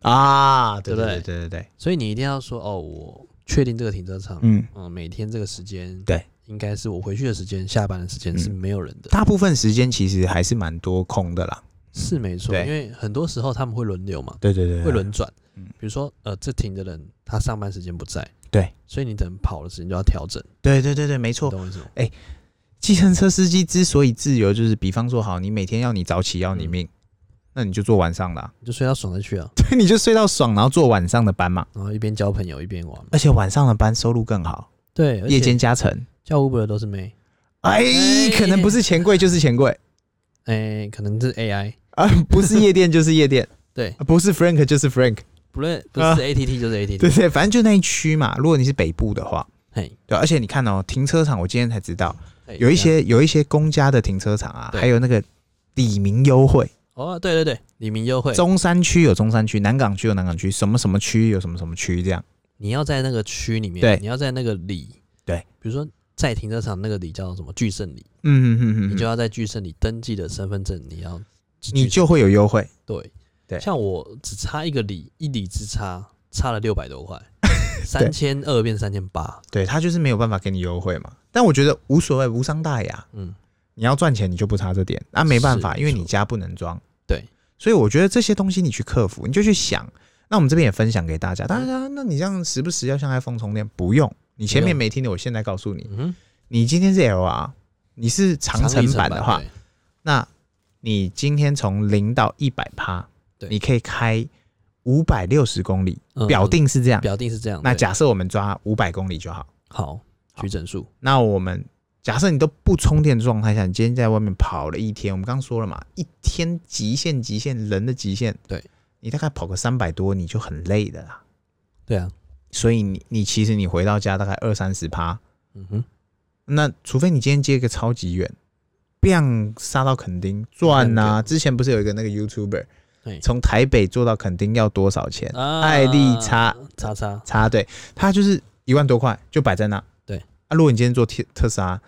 Speaker 2: 啊，
Speaker 1: 对
Speaker 2: 对
Speaker 1: 不
Speaker 2: 对对对对对，
Speaker 1: 所以你一定要说哦，我确定这个停车场，嗯、
Speaker 2: 嗯，
Speaker 1: 每天这个时间，
Speaker 2: 对，
Speaker 1: 应该是我回去的时间，下班的时间
Speaker 2: 嗯
Speaker 1: 是没有人的，
Speaker 2: 大部分时间其实还是蛮多空的啦。
Speaker 1: 是没错，
Speaker 2: 对
Speaker 1: 因为很多时候他们会轮流嘛，
Speaker 2: 对对对，对
Speaker 1: 会轮转，
Speaker 2: 嗯
Speaker 1: 比如说呃，这停的人他上班时间不在，
Speaker 2: 对，
Speaker 1: 所以你等跑的时间就要调整，
Speaker 2: 对对对对，没
Speaker 1: 你
Speaker 2: 错。
Speaker 1: 懂我意思吗？
Speaker 2: 计程车司机之所以自由，就是比方说，好，你每天要你早起，要你
Speaker 1: 嗯
Speaker 2: 命，那你就做晚上的、啊，
Speaker 1: 你就睡到爽再去啊，
Speaker 2: 对，你就睡到爽，然后做晚上的班嘛。
Speaker 1: 然后一边交朋友一边玩嘛，
Speaker 2: 而且晚上的班收入更好，
Speaker 1: 对，而且
Speaker 2: 夜间加成。
Speaker 1: 叫 Uber 的都是妹，
Speaker 2: 哎
Speaker 1: 哎，
Speaker 2: 可能不是钱柜就是钱柜，
Speaker 1: 哎、可能是 AI，
Speaker 2: 啊，不是夜店就是 夜店，
Speaker 1: 对，
Speaker 2: 不是 Frank 就是 Frank，
Speaker 1: 不论不
Speaker 2: 啊
Speaker 1: 是 ATT 就是 ATT，、
Speaker 2: 对对，反正就那一区嘛。如果你是北部的话，
Speaker 1: 嘿，
Speaker 2: 对，而且你看哦，停车场我今天才知道，
Speaker 1: 嘿
Speaker 2: 有一
Speaker 1: 这样
Speaker 2: 些有一些公家的停车场啊，
Speaker 1: 哎啊对
Speaker 2: 还有那个李明优惠，
Speaker 1: 哦，对对对，李明优惠，
Speaker 2: 中山区有中山区，南港区有南港区，什么什么区有什么什么区这样。
Speaker 1: 你要在那个区里面，
Speaker 2: 对
Speaker 1: 你要在那个里，
Speaker 2: 对，
Speaker 1: 比如说在停车场那个里叫什么巨盛里，
Speaker 2: 嗯嗯嗯
Speaker 1: 你就
Speaker 2: 嗯，
Speaker 1: 要在巨盛里登记的身份证，你要去
Speaker 2: 你就会有优惠。
Speaker 1: 对
Speaker 2: 对
Speaker 1: 像我只差一个里，一里之差，差了六百多 块，三千二变三千八，
Speaker 2: 对他就是没有办法给你优惠嘛，但我觉得无所谓，无伤大雅。
Speaker 1: 嗯，
Speaker 2: 你要赚钱，你就不差这点。那、没办法，
Speaker 1: 是
Speaker 2: 因为
Speaker 1: 没错
Speaker 2: 你家不能装。
Speaker 1: 对，
Speaker 2: 所以我觉得这些东西你去克服，你就去想。那我们这边也分享给大家，当然啊，那你这样时不时要像 iPhone 充电，不用。你前
Speaker 1: 不
Speaker 2: 面
Speaker 1: 用
Speaker 2: 没听的，我现在告诉你，
Speaker 1: 嗯哼，
Speaker 2: 你今天是 LR，你是长
Speaker 1: 里
Speaker 2: 城
Speaker 1: 程
Speaker 2: 版的话，
Speaker 1: 对
Speaker 2: 那你今天从零到一百趴，
Speaker 1: 对
Speaker 2: 你可以开五百六十公里，
Speaker 1: 嗯
Speaker 2: 表定是这样。
Speaker 1: 表定是这样，
Speaker 2: 那
Speaker 1: 对
Speaker 2: 假设我们抓五百公里就好。
Speaker 1: 好取整数，
Speaker 2: 那我们假设你都不充电的状态下，你今天在外面跑了一天，我们刚刚说了嘛，一天极限极限人的极限，
Speaker 1: 对
Speaker 2: 你大概跑个三百多，你就很累的啦。
Speaker 1: 对啊，
Speaker 2: 所以你你其实你回到家大概二三十趴，
Speaker 1: 嗯哼，
Speaker 2: 那除非你今天接一个超级远，biang 杀到垦丁赚呐、
Speaker 1: 对
Speaker 2: 之前不是有一个那个 YouTuber
Speaker 1: 对
Speaker 2: 从台北坐到垦丁要多少钱？
Speaker 1: 啊
Speaker 2: 艾丽差
Speaker 1: 叉叉，
Speaker 2: 插队，他就是一万多块就摆在那。
Speaker 1: 对
Speaker 2: 啊，如果你今天坐特特斯拉，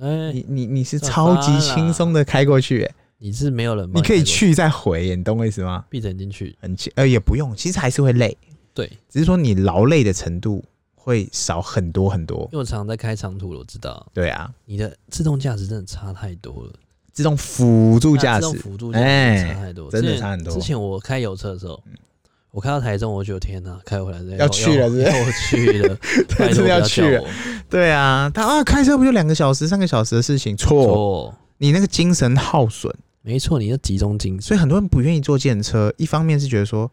Speaker 1: 哎，
Speaker 2: 你你你是
Speaker 1: 赚
Speaker 2: 超
Speaker 1: 翻
Speaker 2: 级
Speaker 1: 了
Speaker 2: 轻松的开过去、欸，
Speaker 1: 你是没有人帮
Speaker 2: 你可以
Speaker 1: 带过
Speaker 2: 去再回耶，你懂我意思吗？
Speaker 1: 闭着眼睛去，
Speaker 2: 很轻呃也不用，其实还是会累，
Speaker 1: 对，因
Speaker 2: 只是说你劳累的程度会少很多很多。
Speaker 1: 为我常常在开长途了，我知道
Speaker 2: 对啊，
Speaker 1: 你的自动驾驶真的差太多了，
Speaker 2: 自动辅助
Speaker 1: 自
Speaker 2: 驾驶，
Speaker 1: 啊辅助驾驶差
Speaker 2: 哎
Speaker 1: 太多，
Speaker 2: 真的
Speaker 1: 之前
Speaker 2: 差很多
Speaker 1: 之前我开油车的时候，我开到台中，我就觉得天哪，开回来之后
Speaker 2: 要去了是不是
Speaker 1: 要去了，拜 托
Speaker 2: 真的
Speaker 1: 不
Speaker 2: 要
Speaker 1: 要
Speaker 2: 去了
Speaker 1: 叫我，
Speaker 2: 对啊，他啊开车不就两个小时、三个小时的事情？错，
Speaker 1: 错，
Speaker 2: 你那个精神耗损，
Speaker 1: 没错，你要集中精神，
Speaker 2: 所以很多人不愿意坐电车，一方面是觉得说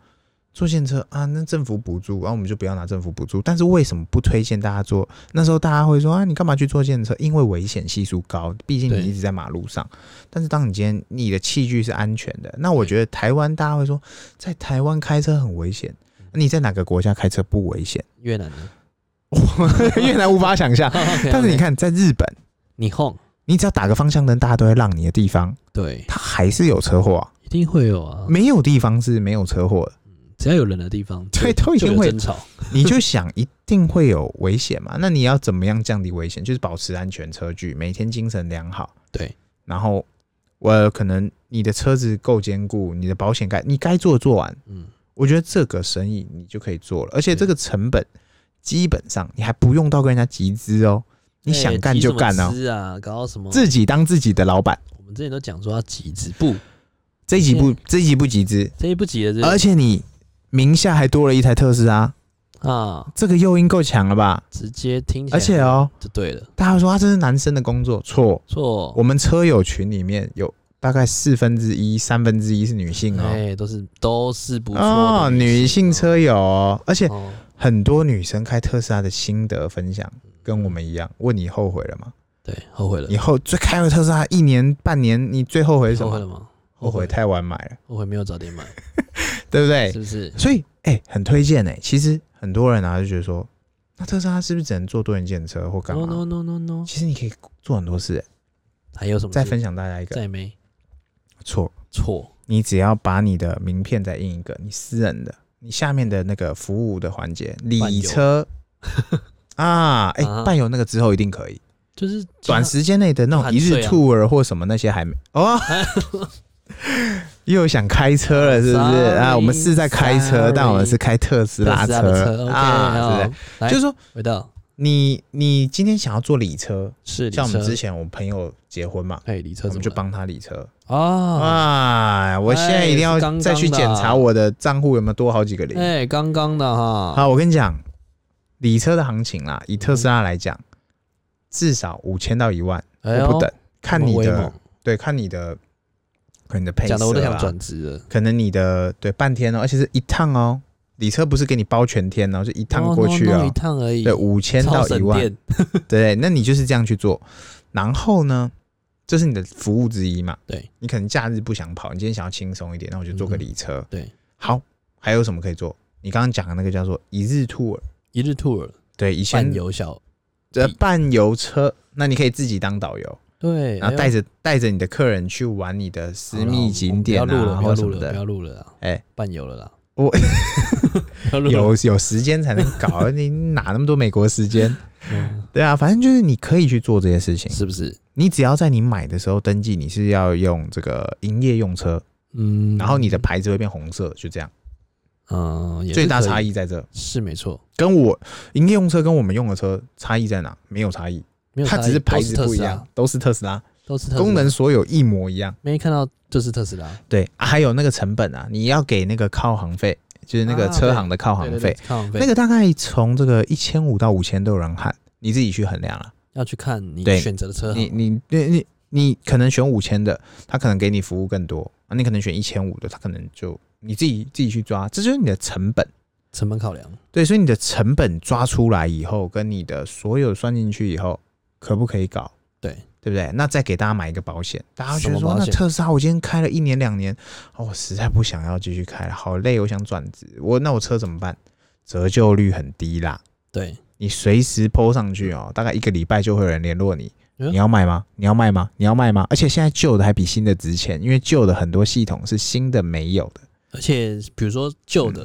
Speaker 2: 坐电车啊，那政府补助，然、啊、后我们就不要拿政府补助。但是为什么不推荐大家坐？那时候大家会说啊，你干嘛去坐电车？因为危险系数高，毕竟
Speaker 1: 对
Speaker 2: 你一直在马路上。但是当你今天你的器具是安全的，那我觉得台湾大家会说，在台湾开车很危险。你在哪个国家开车不危险？
Speaker 1: 越南的，
Speaker 2: 越南无法想象。但是你，看，在日本，
Speaker 1: 你哄，
Speaker 2: 你只要打个方向灯，大家都会让你的地方，
Speaker 1: 对，
Speaker 2: 它还是有车祸、啊。
Speaker 1: 一定会有啊，
Speaker 2: 没有地方是没有车祸的。
Speaker 1: 只要有人的地方，
Speaker 2: 对
Speaker 1: 就
Speaker 2: 都一定
Speaker 1: 就有
Speaker 2: 会
Speaker 1: 争吵，
Speaker 2: 你就想一定会有危险嘛？那你要怎么样降低危险？就是保持安全车距，每天精神良好。
Speaker 1: 对，
Speaker 2: 然后我可能你的车子够坚固，你的保险该你该做的做完，
Speaker 1: 嗯，
Speaker 2: 我觉得这个生意你就可以做了，而且
Speaker 1: 对
Speaker 2: 这个成本基本上你还不用到跟人家集资哦。你想干就干
Speaker 1: 啊！哎集什
Speaker 2: 啊
Speaker 1: 么，资啊，搞到什么？
Speaker 2: 自己当自己的老板。
Speaker 1: 我们之前都讲说要集资，不，
Speaker 2: 这一集
Speaker 1: 嗯
Speaker 2: 不，这一集不集资，
Speaker 1: 这一不集的
Speaker 2: 而
Speaker 1: 这
Speaker 2: 且你名下还多了一台特斯拉，
Speaker 1: 啊，
Speaker 2: 这个诱因够强了吧？
Speaker 1: 直接听起来
Speaker 2: 而且哦，
Speaker 1: 就对啊了，
Speaker 2: 大家说啊，这是男生的工作，错。
Speaker 1: 错，
Speaker 2: 我们车友群里面有大概四分之一、三分之一是女性哦。
Speaker 1: 哎，都是都是不错
Speaker 2: 哦，
Speaker 1: 的
Speaker 2: 女性
Speaker 1: 哦，
Speaker 2: 车友、哦，而且
Speaker 1: 哦
Speaker 2: 很多女生开特斯拉的心得分享，跟我们一样。问你后悔了吗？
Speaker 1: 嗯对，后悔了
Speaker 2: 你，后最开了特斯拉一年半年，你最后悔什
Speaker 1: 后悔
Speaker 2: 么？
Speaker 1: 了吗？
Speaker 2: 后悔太晚买了，
Speaker 1: 后悔没有早点买，
Speaker 2: 对不对
Speaker 1: 是？不是？
Speaker 2: 所以，哎、很推荐哎、其实很多人啊就觉得说，那特斯拉是不是只能做多人建车或干
Speaker 1: No
Speaker 2: 嘛
Speaker 1: no no no no，
Speaker 2: 其实你可以做很多事、欸。
Speaker 1: 还有什么事？
Speaker 2: 再分享大家一个
Speaker 1: 再没
Speaker 2: 错，
Speaker 1: 错，
Speaker 2: 你只要把你的名片再印一个，你私人的，你下面的那个服务的环节，
Speaker 1: 伴游
Speaker 2: 礼车 啊，哎、
Speaker 1: 啊
Speaker 2: 伴游那个之后一定可以，
Speaker 1: 就是
Speaker 2: 短时间内的那种一
Speaker 1: 就
Speaker 2: 日
Speaker 1: 很碎啊
Speaker 2: tour 或什么那些还没哦。 又想开车了，是不 是
Speaker 1: Sorry，
Speaker 2: 啊？我们是在开车，
Speaker 1: sorry
Speaker 2: 但我们是开特斯拉
Speaker 1: 特斯拉的车
Speaker 2: 啊，对不
Speaker 1: ，OK，
Speaker 2: 对
Speaker 1: 好？，来
Speaker 2: 就是说，
Speaker 1: 回到
Speaker 2: 你你今天想要做礼车，
Speaker 1: 是
Speaker 2: 像我们之
Speaker 1: 前
Speaker 2: 前我朋友结婚嘛，
Speaker 1: 哎，理车
Speaker 2: 我
Speaker 1: 怎
Speaker 2: 们
Speaker 1: 么
Speaker 2: 就
Speaker 1: 了
Speaker 2: 帮他理车。
Speaker 1: 啊？
Speaker 2: 哇，我现在一定要
Speaker 1: 哎是刚刚的
Speaker 2: 再去检查我的账户有没有多好几个零。
Speaker 1: 哎，刚刚的哈，
Speaker 2: 好，我跟你讲，理车的行情啦，啊以特斯拉来讲，至少五千到一万
Speaker 1: 哎
Speaker 2: 都
Speaker 1: 呦
Speaker 2: 不等，，看你
Speaker 1: 威
Speaker 2: 的
Speaker 1: 猛
Speaker 2: 对，看你的可能你的配
Speaker 1: 讲的我都
Speaker 2: 色啊
Speaker 1: 想
Speaker 2: 啦，
Speaker 1: 转职了。
Speaker 2: 可能你的对半天哦，而且是一趟哦，理车不是给你包全天哦，就一趟过去
Speaker 1: No, no,
Speaker 2: 哦
Speaker 1: no，一，趟而已，
Speaker 2: 对，五千到
Speaker 1: 超
Speaker 2: 一
Speaker 1: 省
Speaker 2: 万，
Speaker 1: 电，
Speaker 2: 对，那你就是这样去做。然后呢，这是你的服务之一嘛？
Speaker 1: 对，
Speaker 2: 你可能假日不想跑，你今天想要轻松一点，那我就做个
Speaker 1: 嗯
Speaker 2: 礼车。
Speaker 1: 对，
Speaker 2: 好，还有什么可以做？你刚刚讲的那个叫做一日 tour，
Speaker 1: 一日 tour
Speaker 2: 对，以前
Speaker 1: 伴游小，
Speaker 2: 呃伴游车，那你可以自己当导游，
Speaker 1: 对，
Speaker 2: 然后
Speaker 1: 哎
Speaker 2: 带
Speaker 1: 呦
Speaker 2: 着带着你的客人去玩你的私
Speaker 1: 好啦哦我
Speaker 2: 密
Speaker 1: 们
Speaker 2: 景点
Speaker 1: 不要录
Speaker 2: 啊，
Speaker 1: 了，不
Speaker 2: 或
Speaker 1: 要
Speaker 2: 什
Speaker 1: 录
Speaker 2: 么
Speaker 1: 了，不
Speaker 2: 的。
Speaker 1: 要录了啦，
Speaker 2: 哎，
Speaker 1: 伴游了啦，
Speaker 2: 我
Speaker 1: 不要录了
Speaker 2: 有有时间才能 搞，你哪那么多美国时间？
Speaker 1: 嗯
Speaker 2: 对啊，反正就是你可以去做这些事情。
Speaker 1: 是不是？
Speaker 2: 你只要在你买的时候登记，你是要用这个营业用车，
Speaker 1: 嗯，
Speaker 2: 然后你的牌子会变红色，就这样。
Speaker 1: 嗯，也
Speaker 2: 最大
Speaker 1: 是可以
Speaker 2: 差异在这，
Speaker 1: 是没错，
Speaker 2: 跟我营业用车跟我们用的车差异在哪？没有差异，
Speaker 1: 没有
Speaker 2: 它
Speaker 1: 差
Speaker 2: 只
Speaker 1: 异
Speaker 2: 是
Speaker 1: 都
Speaker 2: 牌子
Speaker 1: 特
Speaker 2: 不一
Speaker 1: 斯拉
Speaker 2: 样，，都是特斯拉，
Speaker 1: 都是特斯拉
Speaker 2: 功能所有一模一样。
Speaker 1: 没看到就是特斯拉，
Speaker 2: 对，啊还有那个成本啊，你要给那个靠行费，就是那个
Speaker 1: 啊
Speaker 2: 车行的靠
Speaker 1: 对
Speaker 2: 行
Speaker 1: 对
Speaker 2: 费
Speaker 1: 对，，看网费
Speaker 2: 那个大概从这个一千五到五千都有人喊，你自己去衡量啊了。
Speaker 1: 要去看你
Speaker 2: 对
Speaker 1: 选择的车
Speaker 2: 你
Speaker 1: 行，
Speaker 2: 你你你你可能选五千的，他可能给你服务更多啊；你可能选一千五的，他可能就你自己自己去抓，这就是你的成本。
Speaker 1: 成本考量，
Speaker 2: 对，所以你的成本抓出来以后，跟你的所有算进去以后，可不可以搞？
Speaker 1: 对，
Speaker 2: 对不对？那再给大家买一个保险，大家
Speaker 1: 什
Speaker 2: 觉
Speaker 1: 么
Speaker 2: 得说，
Speaker 1: 保
Speaker 2: 那
Speaker 1: 险
Speaker 2: 特斯拉我今天开了一年两年，哦，我实在不想要继续开了，好累，我想转职，我那我车怎么办？折旧率很低啦，
Speaker 1: 对，
Speaker 2: 你随时 PO 上去哦，大概一个礼拜就会有人联络你。
Speaker 1: 嗯
Speaker 2: 你要卖吗？你要卖吗？你要卖吗？而且现在旧的还比新的值钱，因为旧的很多系统是新的没有的
Speaker 1: 而且比如说旧的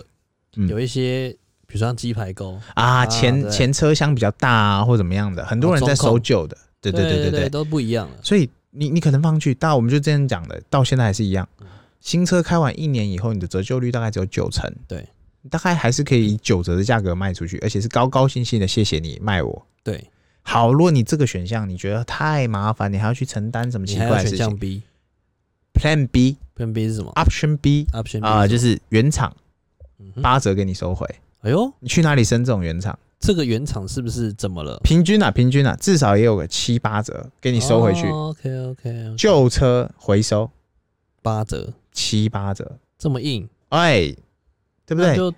Speaker 2: 嗯嗯
Speaker 1: 有一些，比如说像鸡排沟，
Speaker 2: 啊。
Speaker 1: 啊
Speaker 2: 前
Speaker 1: 对哦
Speaker 2: 前车厢比较大啊，或怎么样的，很多人在
Speaker 1: 中
Speaker 2: 收
Speaker 1: 控
Speaker 2: 旧的。对对对
Speaker 1: 对
Speaker 2: 对对，
Speaker 1: 都不一样了，
Speaker 2: 所以你你可能放上去，但我们就之前讲的，到现在还是一样。
Speaker 1: 嗯
Speaker 2: 新车开完一年以后，你的折旧率大概只有九成，
Speaker 1: 对，
Speaker 2: 大概还是可以以九折的价格卖出去，而且是高高兴兴的，谢谢你卖我。
Speaker 1: 对，
Speaker 2: 好，如果你这个选项你觉得太麻烦，你还要去承担什么奇
Speaker 1: 你还
Speaker 2: 怪
Speaker 1: 有选
Speaker 2: 的事
Speaker 1: 项
Speaker 2: 情
Speaker 1: B，
Speaker 2: ？Plan B
Speaker 1: 跟 B 是什么
Speaker 2: Option B
Speaker 1: ？Option B
Speaker 2: 啊、就是是原厂
Speaker 1: 什么，嗯哼
Speaker 2: 八折给你收回。
Speaker 1: 哎呦，
Speaker 2: 你去哪里生这种原厂？
Speaker 1: 这个原厂是不是怎么了？
Speaker 2: 平均啊，平均啊，至少也有个七八折给你收回去。
Speaker 1: OK OK，
Speaker 2: 旧车回收
Speaker 1: 八折，
Speaker 2: 七八折，
Speaker 1: 这么硬，
Speaker 2: 哎，对不
Speaker 1: 那
Speaker 2: 对？
Speaker 1: 就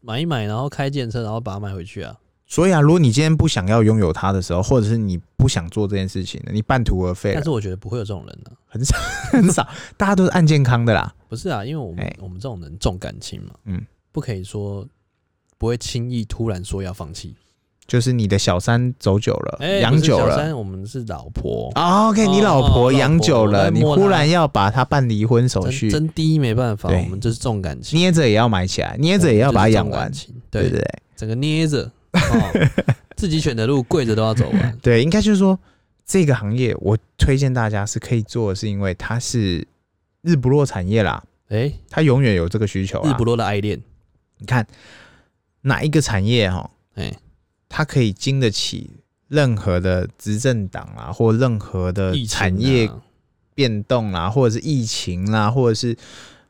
Speaker 1: 买一买，然后开建车，然后把它买回去啊。
Speaker 2: 所以啊，如果你今天不想要拥有它的时候，或者是你不想做这件事情了，你半途而废了
Speaker 1: 但，是我觉得不会有这种人啊，
Speaker 2: 很少很少，大家都是按健康的啦。
Speaker 1: 不是啊，因为我们
Speaker 2: 哎
Speaker 1: 我们这种人重感情嘛，
Speaker 2: 嗯，
Speaker 1: 不可以说不会轻易突然说要放弃。
Speaker 2: 就是你的小三走久了，
Speaker 1: 哎，
Speaker 2: 养、
Speaker 1: 不是
Speaker 2: 呃久
Speaker 1: 小
Speaker 2: 了。
Speaker 1: 三我们是老婆，
Speaker 2: 哦 OK，
Speaker 1: 哦
Speaker 2: 你老
Speaker 1: 老
Speaker 2: 婆
Speaker 1: 婆
Speaker 2: 养久了，
Speaker 1: 我在
Speaker 2: 你
Speaker 1: 摸
Speaker 2: 忽
Speaker 1: 她
Speaker 2: 然要把她办离婚手
Speaker 1: 真
Speaker 2: 续，
Speaker 1: 真低没办法，
Speaker 2: 对
Speaker 1: 我们就是重感情，
Speaker 2: 捏着也要买起来，捏着也要把它养
Speaker 1: 我
Speaker 2: 完
Speaker 1: 们就，是重感情，
Speaker 2: 对
Speaker 1: 对
Speaker 2: 不对？
Speaker 1: 整个捏着，哦 自己选的路跪着都要走完。
Speaker 2: 对，应该就是说这个行业，我推荐大家是可以做的，是因为它是日不落产业啦，
Speaker 1: 哎，
Speaker 2: 它永远有这啊个需求
Speaker 1: 日
Speaker 2: 啦
Speaker 1: 不。落的爱恋，
Speaker 2: 你看哪一个产业哈、
Speaker 1: 哎，
Speaker 2: 它可以经得起任何的执政党啦，或任何的
Speaker 1: 疫情啊
Speaker 2: 呃产业变动啦，或者是疫情啦，或者是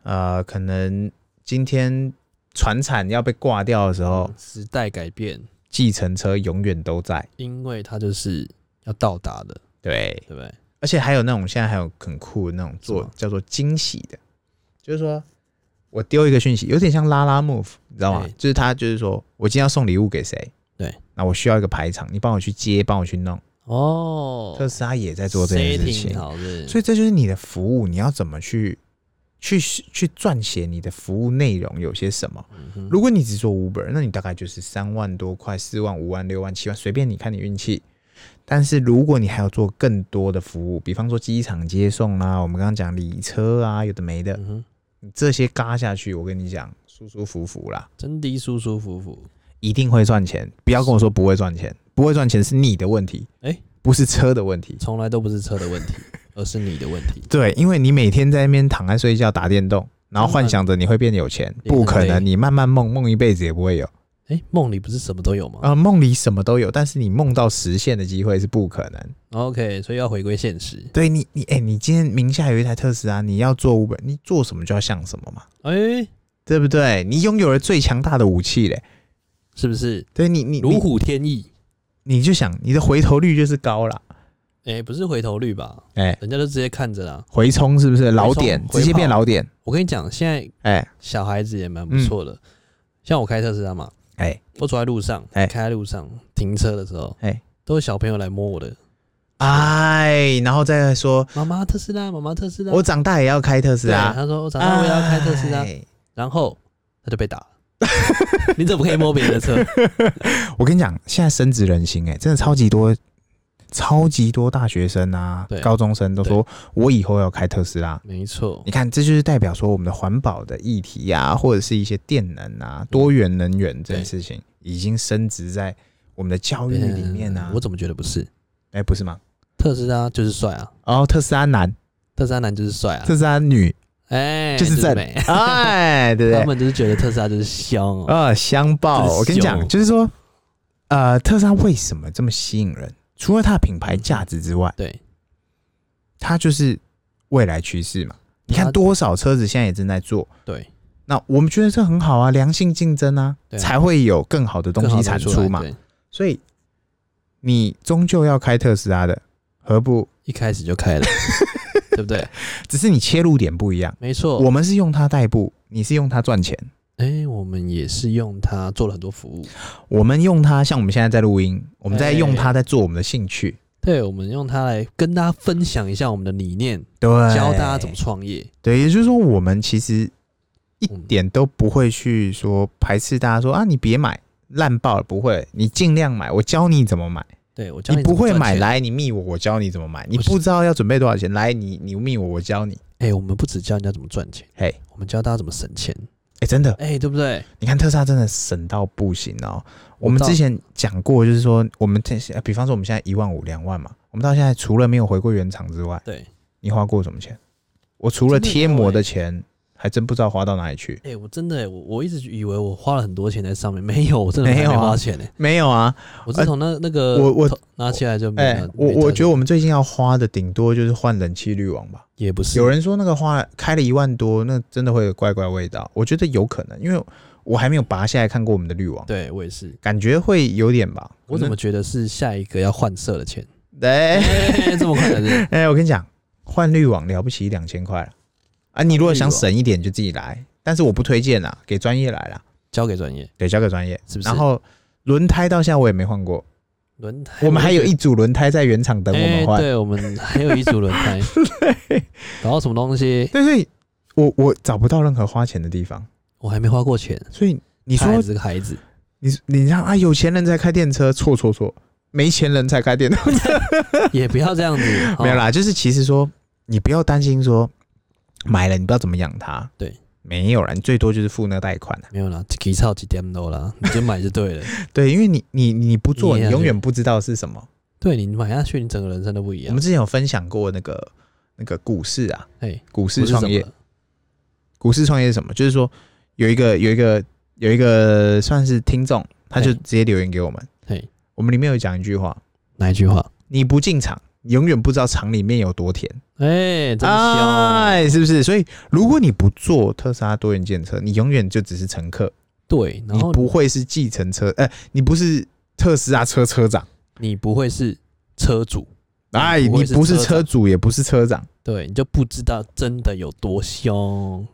Speaker 2: 呃，可能今天船产要被挂掉的时候，
Speaker 1: 时代改变，
Speaker 2: 计程车永远都在。
Speaker 1: 因为它就是要到达的，
Speaker 2: 对，
Speaker 1: 对不对？
Speaker 2: 而且还有那种现在还有很酷的那种
Speaker 1: 什
Speaker 2: 做
Speaker 1: 么
Speaker 2: 叫做惊喜的，就是说我丢一个讯息，有点像拉拉 move，你知道吗
Speaker 1: 对？
Speaker 2: 就是他就是说我今天要送礼物给谁，
Speaker 1: 对，
Speaker 2: 那我需要一个排场，你帮我去接，帮我去弄。
Speaker 1: 哦，
Speaker 2: 特斯拉也在做这件事情，
Speaker 1: 好的，
Speaker 2: 所以这就是你的服务，你要怎么去去去撰写你的服务内容有些什么？
Speaker 1: 嗯哼
Speaker 2: 如果你只做 Uber，那你大概就是三万多块、四万、五万、六万、七万，随便你看你运气。但是如果你还要做更多的服务，比方说机场接送啦、我们刚刚讲礼车啊，有的没的，
Speaker 1: 嗯哼，
Speaker 2: 你这些嘎下去，我跟你讲，舒舒服服啦，
Speaker 1: 真的舒舒服服，
Speaker 2: 一定会赚钱。不要跟我说不会赚钱，不会赚钱是你的问题，
Speaker 1: 哎
Speaker 2: 不是车的问题。
Speaker 1: 从来都不是车的问题，而是你的问题。
Speaker 2: 对，因为你每天在那边躺在睡觉打电动，然
Speaker 1: 嗯
Speaker 2: 后幻想着你会变有钱，
Speaker 1: 也很
Speaker 2: 不可
Speaker 1: 累
Speaker 2: 能，你慢慢梦梦一辈子也不会有。
Speaker 1: 哎，梦里不是什么都有吗
Speaker 2: 呃，梦里什么都有，但是你梦到实现的机会是不可能。
Speaker 1: ？OK，所以要回归现实。
Speaker 2: 对你，你哎、你今天名下有一台特斯拉，你要做 Uber，你做什么就要像什么嘛，
Speaker 1: 哎，
Speaker 2: 对不对？你拥有了最强大的武器嘞，
Speaker 1: 是不是
Speaker 2: 对你，你
Speaker 1: 如
Speaker 2: 你
Speaker 1: 虎添翼？
Speaker 2: 你就想你的回头率就是高啦，
Speaker 1: 哎，不是回头率吧？
Speaker 2: 哎、
Speaker 1: 人家就直接看着啦。
Speaker 2: 回冲是不是老
Speaker 1: 冲
Speaker 2: 点，
Speaker 1: 回
Speaker 2: 直接变
Speaker 1: 跑
Speaker 2: 老点？
Speaker 1: 我跟你讲，现在
Speaker 2: 哎
Speaker 1: 小孩子也蛮不错的，像我开特斯拉嘛，
Speaker 2: 嗯哎、
Speaker 1: 我走在路上，
Speaker 2: 哎
Speaker 1: 开在路上停车的时候，
Speaker 2: 哎
Speaker 1: 都是小朋友来摸我的，
Speaker 2: 哎，然后再说，
Speaker 1: 妈妈特斯拉，妈妈特斯拉，
Speaker 2: 我长大也要开特斯
Speaker 1: 对
Speaker 2: 拉，
Speaker 1: 他说我长大我也要开特斯拉，
Speaker 2: 哎
Speaker 1: 然后他就被打了。你怎么可以摸别人的车？
Speaker 2: 我跟你讲，现在深植人心、欸，哎，真的超级多，超级多大学生啊
Speaker 1: 对、
Speaker 2: 高中生都说，我以后要开特斯拉。
Speaker 1: 没错
Speaker 2: 你，看，这就是代表说我们的环保的议题啊，或者是一些电能
Speaker 1: 嗯
Speaker 2: 啊、多元能源这件事情，已经深植在我们的教育里面啊
Speaker 1: 嗯。我怎么觉得不是？
Speaker 2: 哎、不是吗？
Speaker 1: 特斯拉就是帅啊，
Speaker 2: 哦，特斯拉男，
Speaker 1: 特斯拉男就是帅啊，
Speaker 2: 特斯 拉女，
Speaker 1: 哎，
Speaker 2: 就是正
Speaker 1: 美。
Speaker 2: 哎，对不
Speaker 1: 他
Speaker 2: 对？
Speaker 1: 们就是觉得特斯拉就是香啊，
Speaker 2: 呃，香
Speaker 1: 真
Speaker 2: 爆！
Speaker 1: 是
Speaker 2: 我跟你讲，
Speaker 1: 凶
Speaker 2: 就是说，呃，特斯拉为什么这么吸引人？除了它的品牌价值之外，
Speaker 1: 对，
Speaker 2: 它就是未来趋势嘛。你看
Speaker 1: 它
Speaker 2: 多少车子现在也正在做，
Speaker 1: 对，
Speaker 2: 那我们觉得这很好啊，良性竞争啊，
Speaker 1: 对啊
Speaker 2: 才会有更好的东
Speaker 1: 更
Speaker 2: 西
Speaker 1: 好
Speaker 2: 产
Speaker 1: 地来
Speaker 2: 出嘛。
Speaker 1: 对
Speaker 2: 所以你终究要开特斯拉的，何不？
Speaker 1: 一开始就开了，对不对？
Speaker 2: 只是你切入点不一样，
Speaker 1: 没错，
Speaker 2: 我们是用它代步，你是用它赚钱，
Speaker 1: 哎，我们也是用它做了很多服务，
Speaker 2: 我们用它像我们现在在录音，我们在
Speaker 1: 哎
Speaker 2: 用它在做我们的兴趣，
Speaker 1: 对，我们用它来跟大家分享一下我们的理念，
Speaker 2: 对，
Speaker 1: 教大家怎么创业。
Speaker 2: 对，也就是说，我们其实一
Speaker 1: 嗯
Speaker 2: 点都不会去说排斥大家说啊，你别买，烂爆了，不会，你尽量买，我教你怎么买。
Speaker 1: 对我教
Speaker 2: 你
Speaker 1: 你
Speaker 2: 不
Speaker 1: 怎么
Speaker 2: 会
Speaker 1: 赚
Speaker 2: 买
Speaker 1: 钱，
Speaker 2: 来，你密我，我教你怎么买。你
Speaker 1: 不是
Speaker 2: 不知道要准备多少钱，来你你密我，我教你。
Speaker 1: 哎、我们不只教人家怎么赚钱，
Speaker 2: 嘿，
Speaker 1: 我们教大家怎么省钱，
Speaker 2: 哎，真的，
Speaker 1: 哎、对不对？
Speaker 2: 你看特斯拉真的省到不行哦。我们
Speaker 1: 到
Speaker 2: 之前讲过，就是说我们这些，比方说我们现在一万五、两万嘛，我们到现在除了没有回过原厂之外，
Speaker 1: 对，
Speaker 2: 你花过什么钱？我除了
Speaker 1: 真的
Speaker 2: 贴
Speaker 1: 没有
Speaker 2: 膜
Speaker 1: 欸
Speaker 2: 的钱，还真不知道花到哪里去。
Speaker 1: 哎、我真的、哎，我我一直以为我花了很多钱在上面，没有，我真的还
Speaker 2: 没有啊
Speaker 1: 花钱呢、
Speaker 2: 没有啊，
Speaker 1: 我自从那、那个
Speaker 2: 我我
Speaker 1: 头拿起来就没
Speaker 2: 哎、
Speaker 1: 了。
Speaker 2: 我
Speaker 1: 没
Speaker 2: 我
Speaker 1: touch
Speaker 2: 觉得我们最近要花的顶多就是换冷气滤网吧。
Speaker 1: 也不是
Speaker 2: 有人说那个花开了一万多，那真的会有怪怪味道。我觉得有可能，因为我还没有拔下来看过我们的滤网，
Speaker 1: 对我也是，
Speaker 2: 感觉会有点吧。
Speaker 1: 我怎么觉得是下一个要换色的钱？
Speaker 2: 可能？哎、
Speaker 1: 哎这么快的是？
Speaker 2: 哎、我跟你讲，换滤网了不起两千块了啊！你如果想省一点，就自己来，但是我不推荐啦，给专业来啦，
Speaker 1: 交给专业
Speaker 2: 给交给专业。
Speaker 1: 是不是？
Speaker 2: 然后轮胎到现在我也没换过，
Speaker 1: 轮胎，
Speaker 2: 我们还有一组轮胎在原厂等我们
Speaker 1: 哎
Speaker 2: 换。
Speaker 1: 对我 们还有一组轮胎，然后什么东西
Speaker 2: 对，所以我我找不到任何花钱的地方，
Speaker 1: 我还没花过钱。
Speaker 2: 所以你
Speaker 1: 他
Speaker 2: 说
Speaker 1: 还是个孩子，
Speaker 2: 你你让啊有钱人才开电车，错错错，没钱人才开电动车，。
Speaker 1: 也不要这样子
Speaker 2: 没有啦，就是其实说你不要担心说买了你不知道怎么养它，
Speaker 1: 对，
Speaker 2: 没有啦，你最多就是付那贷款啊，
Speaker 1: 没有啦，几操几点都 啦，你就买就对了。
Speaker 2: 对，因为你你你不做，
Speaker 1: 你也
Speaker 2: 你
Speaker 1: 要
Speaker 2: 永远不知道是什么。
Speaker 1: 对你买下去，你整个人生都不一
Speaker 2: 我
Speaker 1: 样
Speaker 2: 们。之前有分享过那个那个股市啊，
Speaker 1: 哎，
Speaker 2: 股市
Speaker 1: 不
Speaker 2: 创
Speaker 1: 什
Speaker 2: 业
Speaker 1: 么，
Speaker 2: 股市创业是什么？就是说有一个有一个有一个算是听众，他就
Speaker 1: 嘿
Speaker 2: 直接留言给我们，
Speaker 1: 嘿，
Speaker 2: 我们里面有讲一句话，
Speaker 1: 哪哪一句话？
Speaker 2: 你不进厂，你永远不知道厂里面有多甜。
Speaker 1: 哎、真香！
Speaker 2: 哎，是不是？所以如果你不坐特斯拉多元件车，你永远就只是乘客，
Speaker 1: 对，然
Speaker 2: 你
Speaker 1: 后
Speaker 2: 不会是计程车，哎、你不是特斯拉车车长，
Speaker 1: 你不会是车主，
Speaker 2: 哎，
Speaker 1: 你不
Speaker 2: 你
Speaker 1: 会是
Speaker 2: 不是
Speaker 1: 车
Speaker 2: 车主，也不是车长，
Speaker 1: 对，你就不知道真的有多香，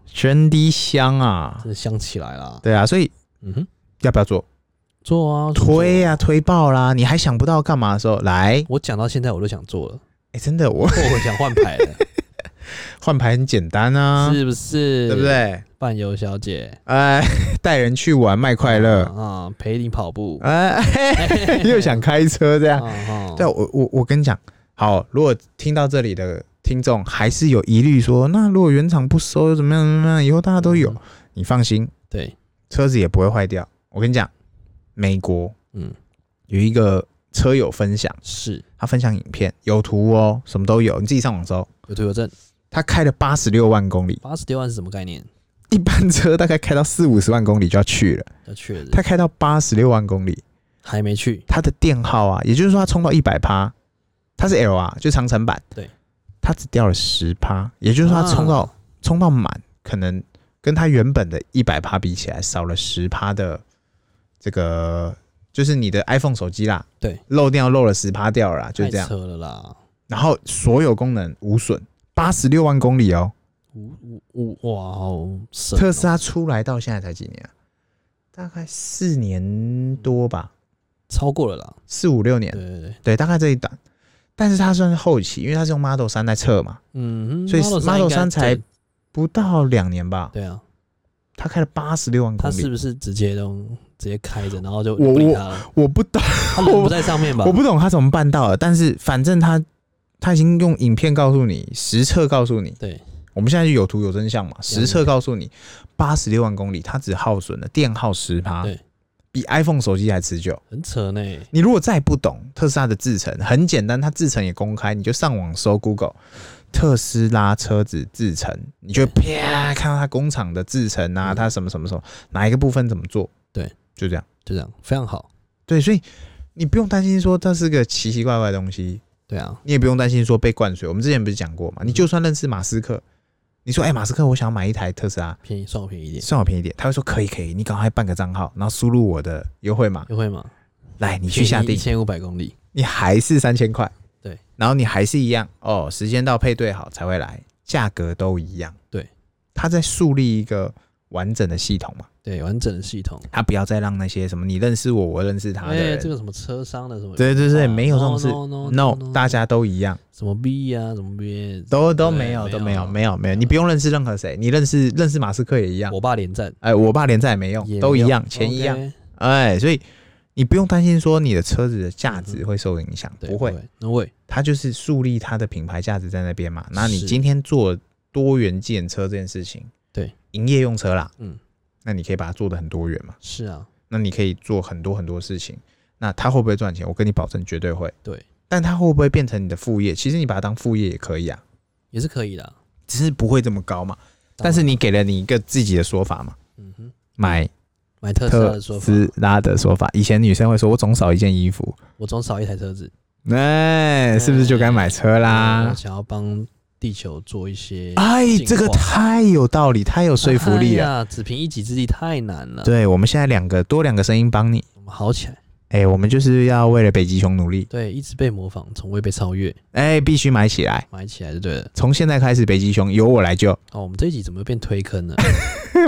Speaker 2: 全滴香啊
Speaker 1: 真！的香起来啦。
Speaker 2: 对啊，所以
Speaker 1: 嗯哼，
Speaker 2: 要不要做？
Speaker 1: 做啊，
Speaker 2: 推
Speaker 1: 啊！
Speaker 2: 啊，推爆啦！你还想不到干嘛的时候来？
Speaker 1: 我讲到现在我都想做了，
Speaker 2: 哎、真的，我
Speaker 1: 我想换牌了，
Speaker 2: 换牌很简单 啊，
Speaker 1: 是不是？
Speaker 2: 对不？对？
Speaker 1: 伴游小姐，
Speaker 2: 哎，带人去玩卖快乐，
Speaker 1: 啊，啊陪你跑步，
Speaker 2: 哎， 又想开车这样。
Speaker 1: 啊
Speaker 2: 对，我我我跟你讲，好，如果听到这里的听众还是有疑虑说，那如果原厂不收又怎么样怎么样？以后大家都有，
Speaker 1: 嗯
Speaker 2: 你放心，
Speaker 1: 对，
Speaker 2: 车子也不会坏掉。我跟你讲，美国
Speaker 1: 嗯，
Speaker 2: 有一个车友分享，
Speaker 1: 是
Speaker 2: 他分享影片有图哦，什么都有，你自己上网搜。
Speaker 1: 有图有证。
Speaker 2: 他开了八十六万公里，
Speaker 1: 八十六万是什么概念？
Speaker 2: 一般车大概开到四五十万公里就要去了，
Speaker 1: 要去了是不
Speaker 2: 他
Speaker 1: 是，
Speaker 2: 开到八十六万公里，
Speaker 1: 还没去，
Speaker 2: 它的电耗啊，也就是说它充到一百趴，它是 L 啊，就长城版，
Speaker 1: 对，
Speaker 2: 它只掉了十趴，也就是说它充到
Speaker 1: 啊
Speaker 2: 充、到满，可能跟它原本的一百趴比起来少了十趴的这个，就是你的 iPhone 手机啦，
Speaker 1: 对，
Speaker 2: 漏掉漏了十趴掉了啦，就
Speaker 1: 太
Speaker 2: 这样，
Speaker 1: 扯了啦，
Speaker 2: 然后所有功能无损，八十六万公里哦，
Speaker 1: 五五五哇，好神哦
Speaker 2: 特斯拉出来到现在才几年啊？大概四年多吧，
Speaker 1: 超过了啦，
Speaker 2: 四五六年
Speaker 1: 对，对对，
Speaker 2: 对，大概这一档。但是它算是后期，因为它是用 Model 三来测嘛，
Speaker 1: 嗯哼，
Speaker 2: 所以 Model
Speaker 1: 应该
Speaker 2: 3才
Speaker 1: 对
Speaker 2: 不到两年吧，
Speaker 1: 对啊，
Speaker 2: 它开了八十六万公
Speaker 1: 他是
Speaker 2: 里。
Speaker 1: 不是直接都直接开着，然后就
Speaker 2: 我
Speaker 1: 不理他了？
Speaker 2: 我不懂，
Speaker 1: 他人不在上面吧
Speaker 2: 我？不懂它怎么办到的，但是反正它它已经用影片告诉你，实测告诉你。
Speaker 1: 对，
Speaker 2: 我们现在就有图有真相嘛，实测告诉你，八十六万公里，它只耗损了电耗十趴，
Speaker 1: 对，
Speaker 2: 比 iPhone 手机还持久。
Speaker 1: 很扯呢，
Speaker 2: 你如果再不懂特斯拉的制程，很简单，它制程也公开，你就上网搜 Google 特斯拉车子制程，你就会啪看到它工厂的制程啊，
Speaker 1: 嗯
Speaker 2: 它什么什么什么，哪一个部分怎么做，
Speaker 1: 对，
Speaker 2: 就这样。
Speaker 1: 就这样，非常好，
Speaker 2: 对，所以你不用担心说它是个奇奇怪怪的东西，
Speaker 1: 对啊，
Speaker 2: 你也不用担心说被灌水。我们之前不是讲
Speaker 1: 嗯
Speaker 2: 过嘛，你就算认识马斯克，你说哎、马斯克，我想要买一台特斯拉，
Speaker 1: 便宜算我便宜一点，
Speaker 2: 算我便宜一点，他会说可以可以，你赶快办个账号，然后输入我的优惠码，
Speaker 1: 优惠吗？
Speaker 2: 来你去下
Speaker 1: 一
Speaker 2: 定。
Speaker 1: 千五百公里，
Speaker 2: 你还是三千块，
Speaker 1: 对，
Speaker 2: 然后你还是一样哦，时间到配对好才会来，价格都一样，
Speaker 1: 对，
Speaker 2: 他在树立一个完整的系统嘛，
Speaker 1: 对，完整的系统。
Speaker 2: 他不要再让那些什么你认识我，我认识他的
Speaker 1: 哎，
Speaker 2: 人，
Speaker 1: 这个什么车商的什么，
Speaker 2: 对对对，没有这种事
Speaker 1: no no
Speaker 2: ，no，大家都一样，
Speaker 1: 什么 B 啊，什么 B，
Speaker 2: 都都
Speaker 1: 对
Speaker 2: 没有，
Speaker 1: 没
Speaker 2: 都
Speaker 1: 有
Speaker 2: 没有，没有，没有，你不用认识任何谁，你认识认识马斯克也一样，
Speaker 1: 我爸连战
Speaker 2: 哎，我爸连载也没用，
Speaker 1: 也
Speaker 2: 都一
Speaker 1: 没有
Speaker 2: 样，钱一样，
Speaker 1: OK，
Speaker 2: 哎，所以。你不用担心说你的车子的价值会受影响，
Speaker 1: 嗯对
Speaker 2: 不会，
Speaker 1: ，no way，
Speaker 2: 它就是树立它的品牌价值在那边嘛。那你
Speaker 1: 是
Speaker 2: 今天做多元建车这件事情，
Speaker 1: 对，
Speaker 2: 营业用车啦，
Speaker 1: 嗯，
Speaker 2: 那你可以把它做的很多元嘛，
Speaker 1: 是啊，
Speaker 2: 那你可以做很多很多事情。那它会不会赚钱？我跟你保证，绝对会。
Speaker 1: 对，
Speaker 2: 但它会不会变成你的副业？其实你把它当副业也可以啊，
Speaker 1: 也是可以的啊。
Speaker 2: 只是不会这么高嘛。
Speaker 1: 当然啊
Speaker 2: 但是你给了你一个自己的说法嘛，
Speaker 1: 嗯哼，
Speaker 2: 买
Speaker 1: 买特斯拉
Speaker 2: 特
Speaker 1: 的说法，
Speaker 2: 斯拉的说法。以前女生会说，我总少一件衣服，
Speaker 1: 我总少一台车子
Speaker 2: 哎，是不是就该买车啦？
Speaker 1: 我想要帮地球做一些
Speaker 2: 哎，
Speaker 1: 进
Speaker 2: 这个
Speaker 1: 化
Speaker 2: 太有道理，太有说服力
Speaker 1: 哎
Speaker 2: 了。
Speaker 1: 呀只凭一己之力太难了。，
Speaker 2: 对，我们现在两个多两个声音帮你。
Speaker 1: 我们好起来，
Speaker 2: 哎，我们就是要为了北极熊努力。
Speaker 1: 对，一直被模仿，从未被超越，
Speaker 2: 哎，必须买起来。
Speaker 1: 买起来就对了。
Speaker 2: 从现在开始，北极熊由我来救。
Speaker 1: 哦，我们这一集怎么又变推坑了？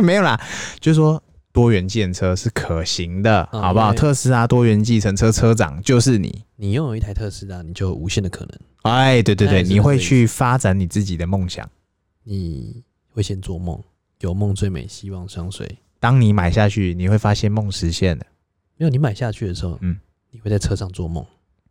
Speaker 2: 没有啦，就是说多元计程车是可行的，
Speaker 1: 嗯
Speaker 2: 好不好？
Speaker 1: 因为
Speaker 2: 特斯拉多元计程车车长就是你。
Speaker 1: 你拥有一台特斯拉，你就有无限的可能。
Speaker 2: 哎，对对
Speaker 1: 哎
Speaker 2: 对，
Speaker 1: 是不是
Speaker 2: 你会去发展你自己的梦想。
Speaker 1: 你会先做梦，有梦最美，希望相随。
Speaker 2: 当你买下去，你会发现梦实现了
Speaker 1: 没有你买下去的时候，
Speaker 2: 嗯
Speaker 1: 嗯，你会在车上做梦，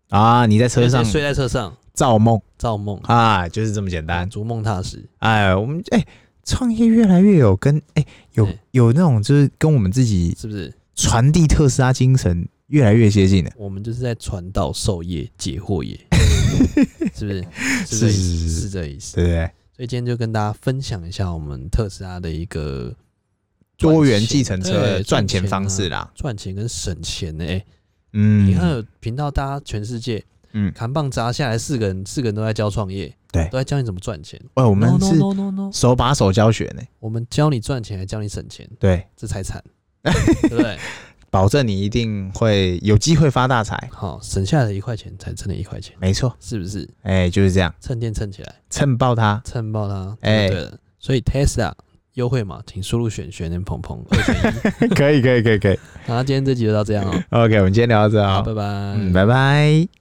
Speaker 2: 啊！你在车上
Speaker 1: 而且睡在车上
Speaker 2: 造梦
Speaker 1: 造梦，
Speaker 2: 啊，就是这么简单。
Speaker 1: 逐梦踏实。
Speaker 2: 哎，我们哎，创、业越来越有跟哎、有
Speaker 1: 对
Speaker 2: 有那种就是跟我们自己
Speaker 1: 是不是？
Speaker 2: 传递特斯拉精神越来越接近了。
Speaker 1: 我们就是在传道授业 解惑也，是不是？是这
Speaker 2: 是
Speaker 1: 意思
Speaker 2: 是是
Speaker 1: 是这意思。
Speaker 2: 对不对？
Speaker 1: 所以今天就跟大家分享一下我们特斯拉的一个赚
Speaker 2: 多元
Speaker 1: 钱
Speaker 2: 计程车的
Speaker 1: 对
Speaker 2: 赚钱
Speaker 1: 啊
Speaker 2: 方式啦，
Speaker 1: 赚钱跟省钱呢、欸
Speaker 2: 嗯
Speaker 1: 你，看有频道，大家全世界
Speaker 2: 嗯，
Speaker 1: 砍棒砸下来，四个人四个人都在教创业，
Speaker 2: 对
Speaker 1: 都在教你怎么赚钱。
Speaker 2: 哎，我们
Speaker 1: no
Speaker 2: 是
Speaker 1: no no no no，
Speaker 2: 手把手教学呢，
Speaker 1: 我们教你赚钱，还教你省钱，
Speaker 2: 对，
Speaker 1: 这才 惨，对不对？
Speaker 2: 保证你一定会有机会发大财，
Speaker 1: 好，省下来的一块钱才挣了一块钱，
Speaker 2: 没错，
Speaker 1: 是不是？
Speaker 2: 哎，就是这样，
Speaker 1: 蹭电蹭起来，
Speaker 2: 蹭爆 它，
Speaker 1: 蹭爆它，
Speaker 2: 哎
Speaker 1: 哎，对了。所以 Tesla 优惠码，请输入选学能鹏鹏二选一。
Speaker 2: 可以，可以，可以，可以
Speaker 1: 好，那今天这集就到这样哦，
Speaker 2: ，OK，我们今天聊到这
Speaker 1: 好，
Speaker 2: 啊
Speaker 1: 拜，拜，
Speaker 2: 嗯，拜拜。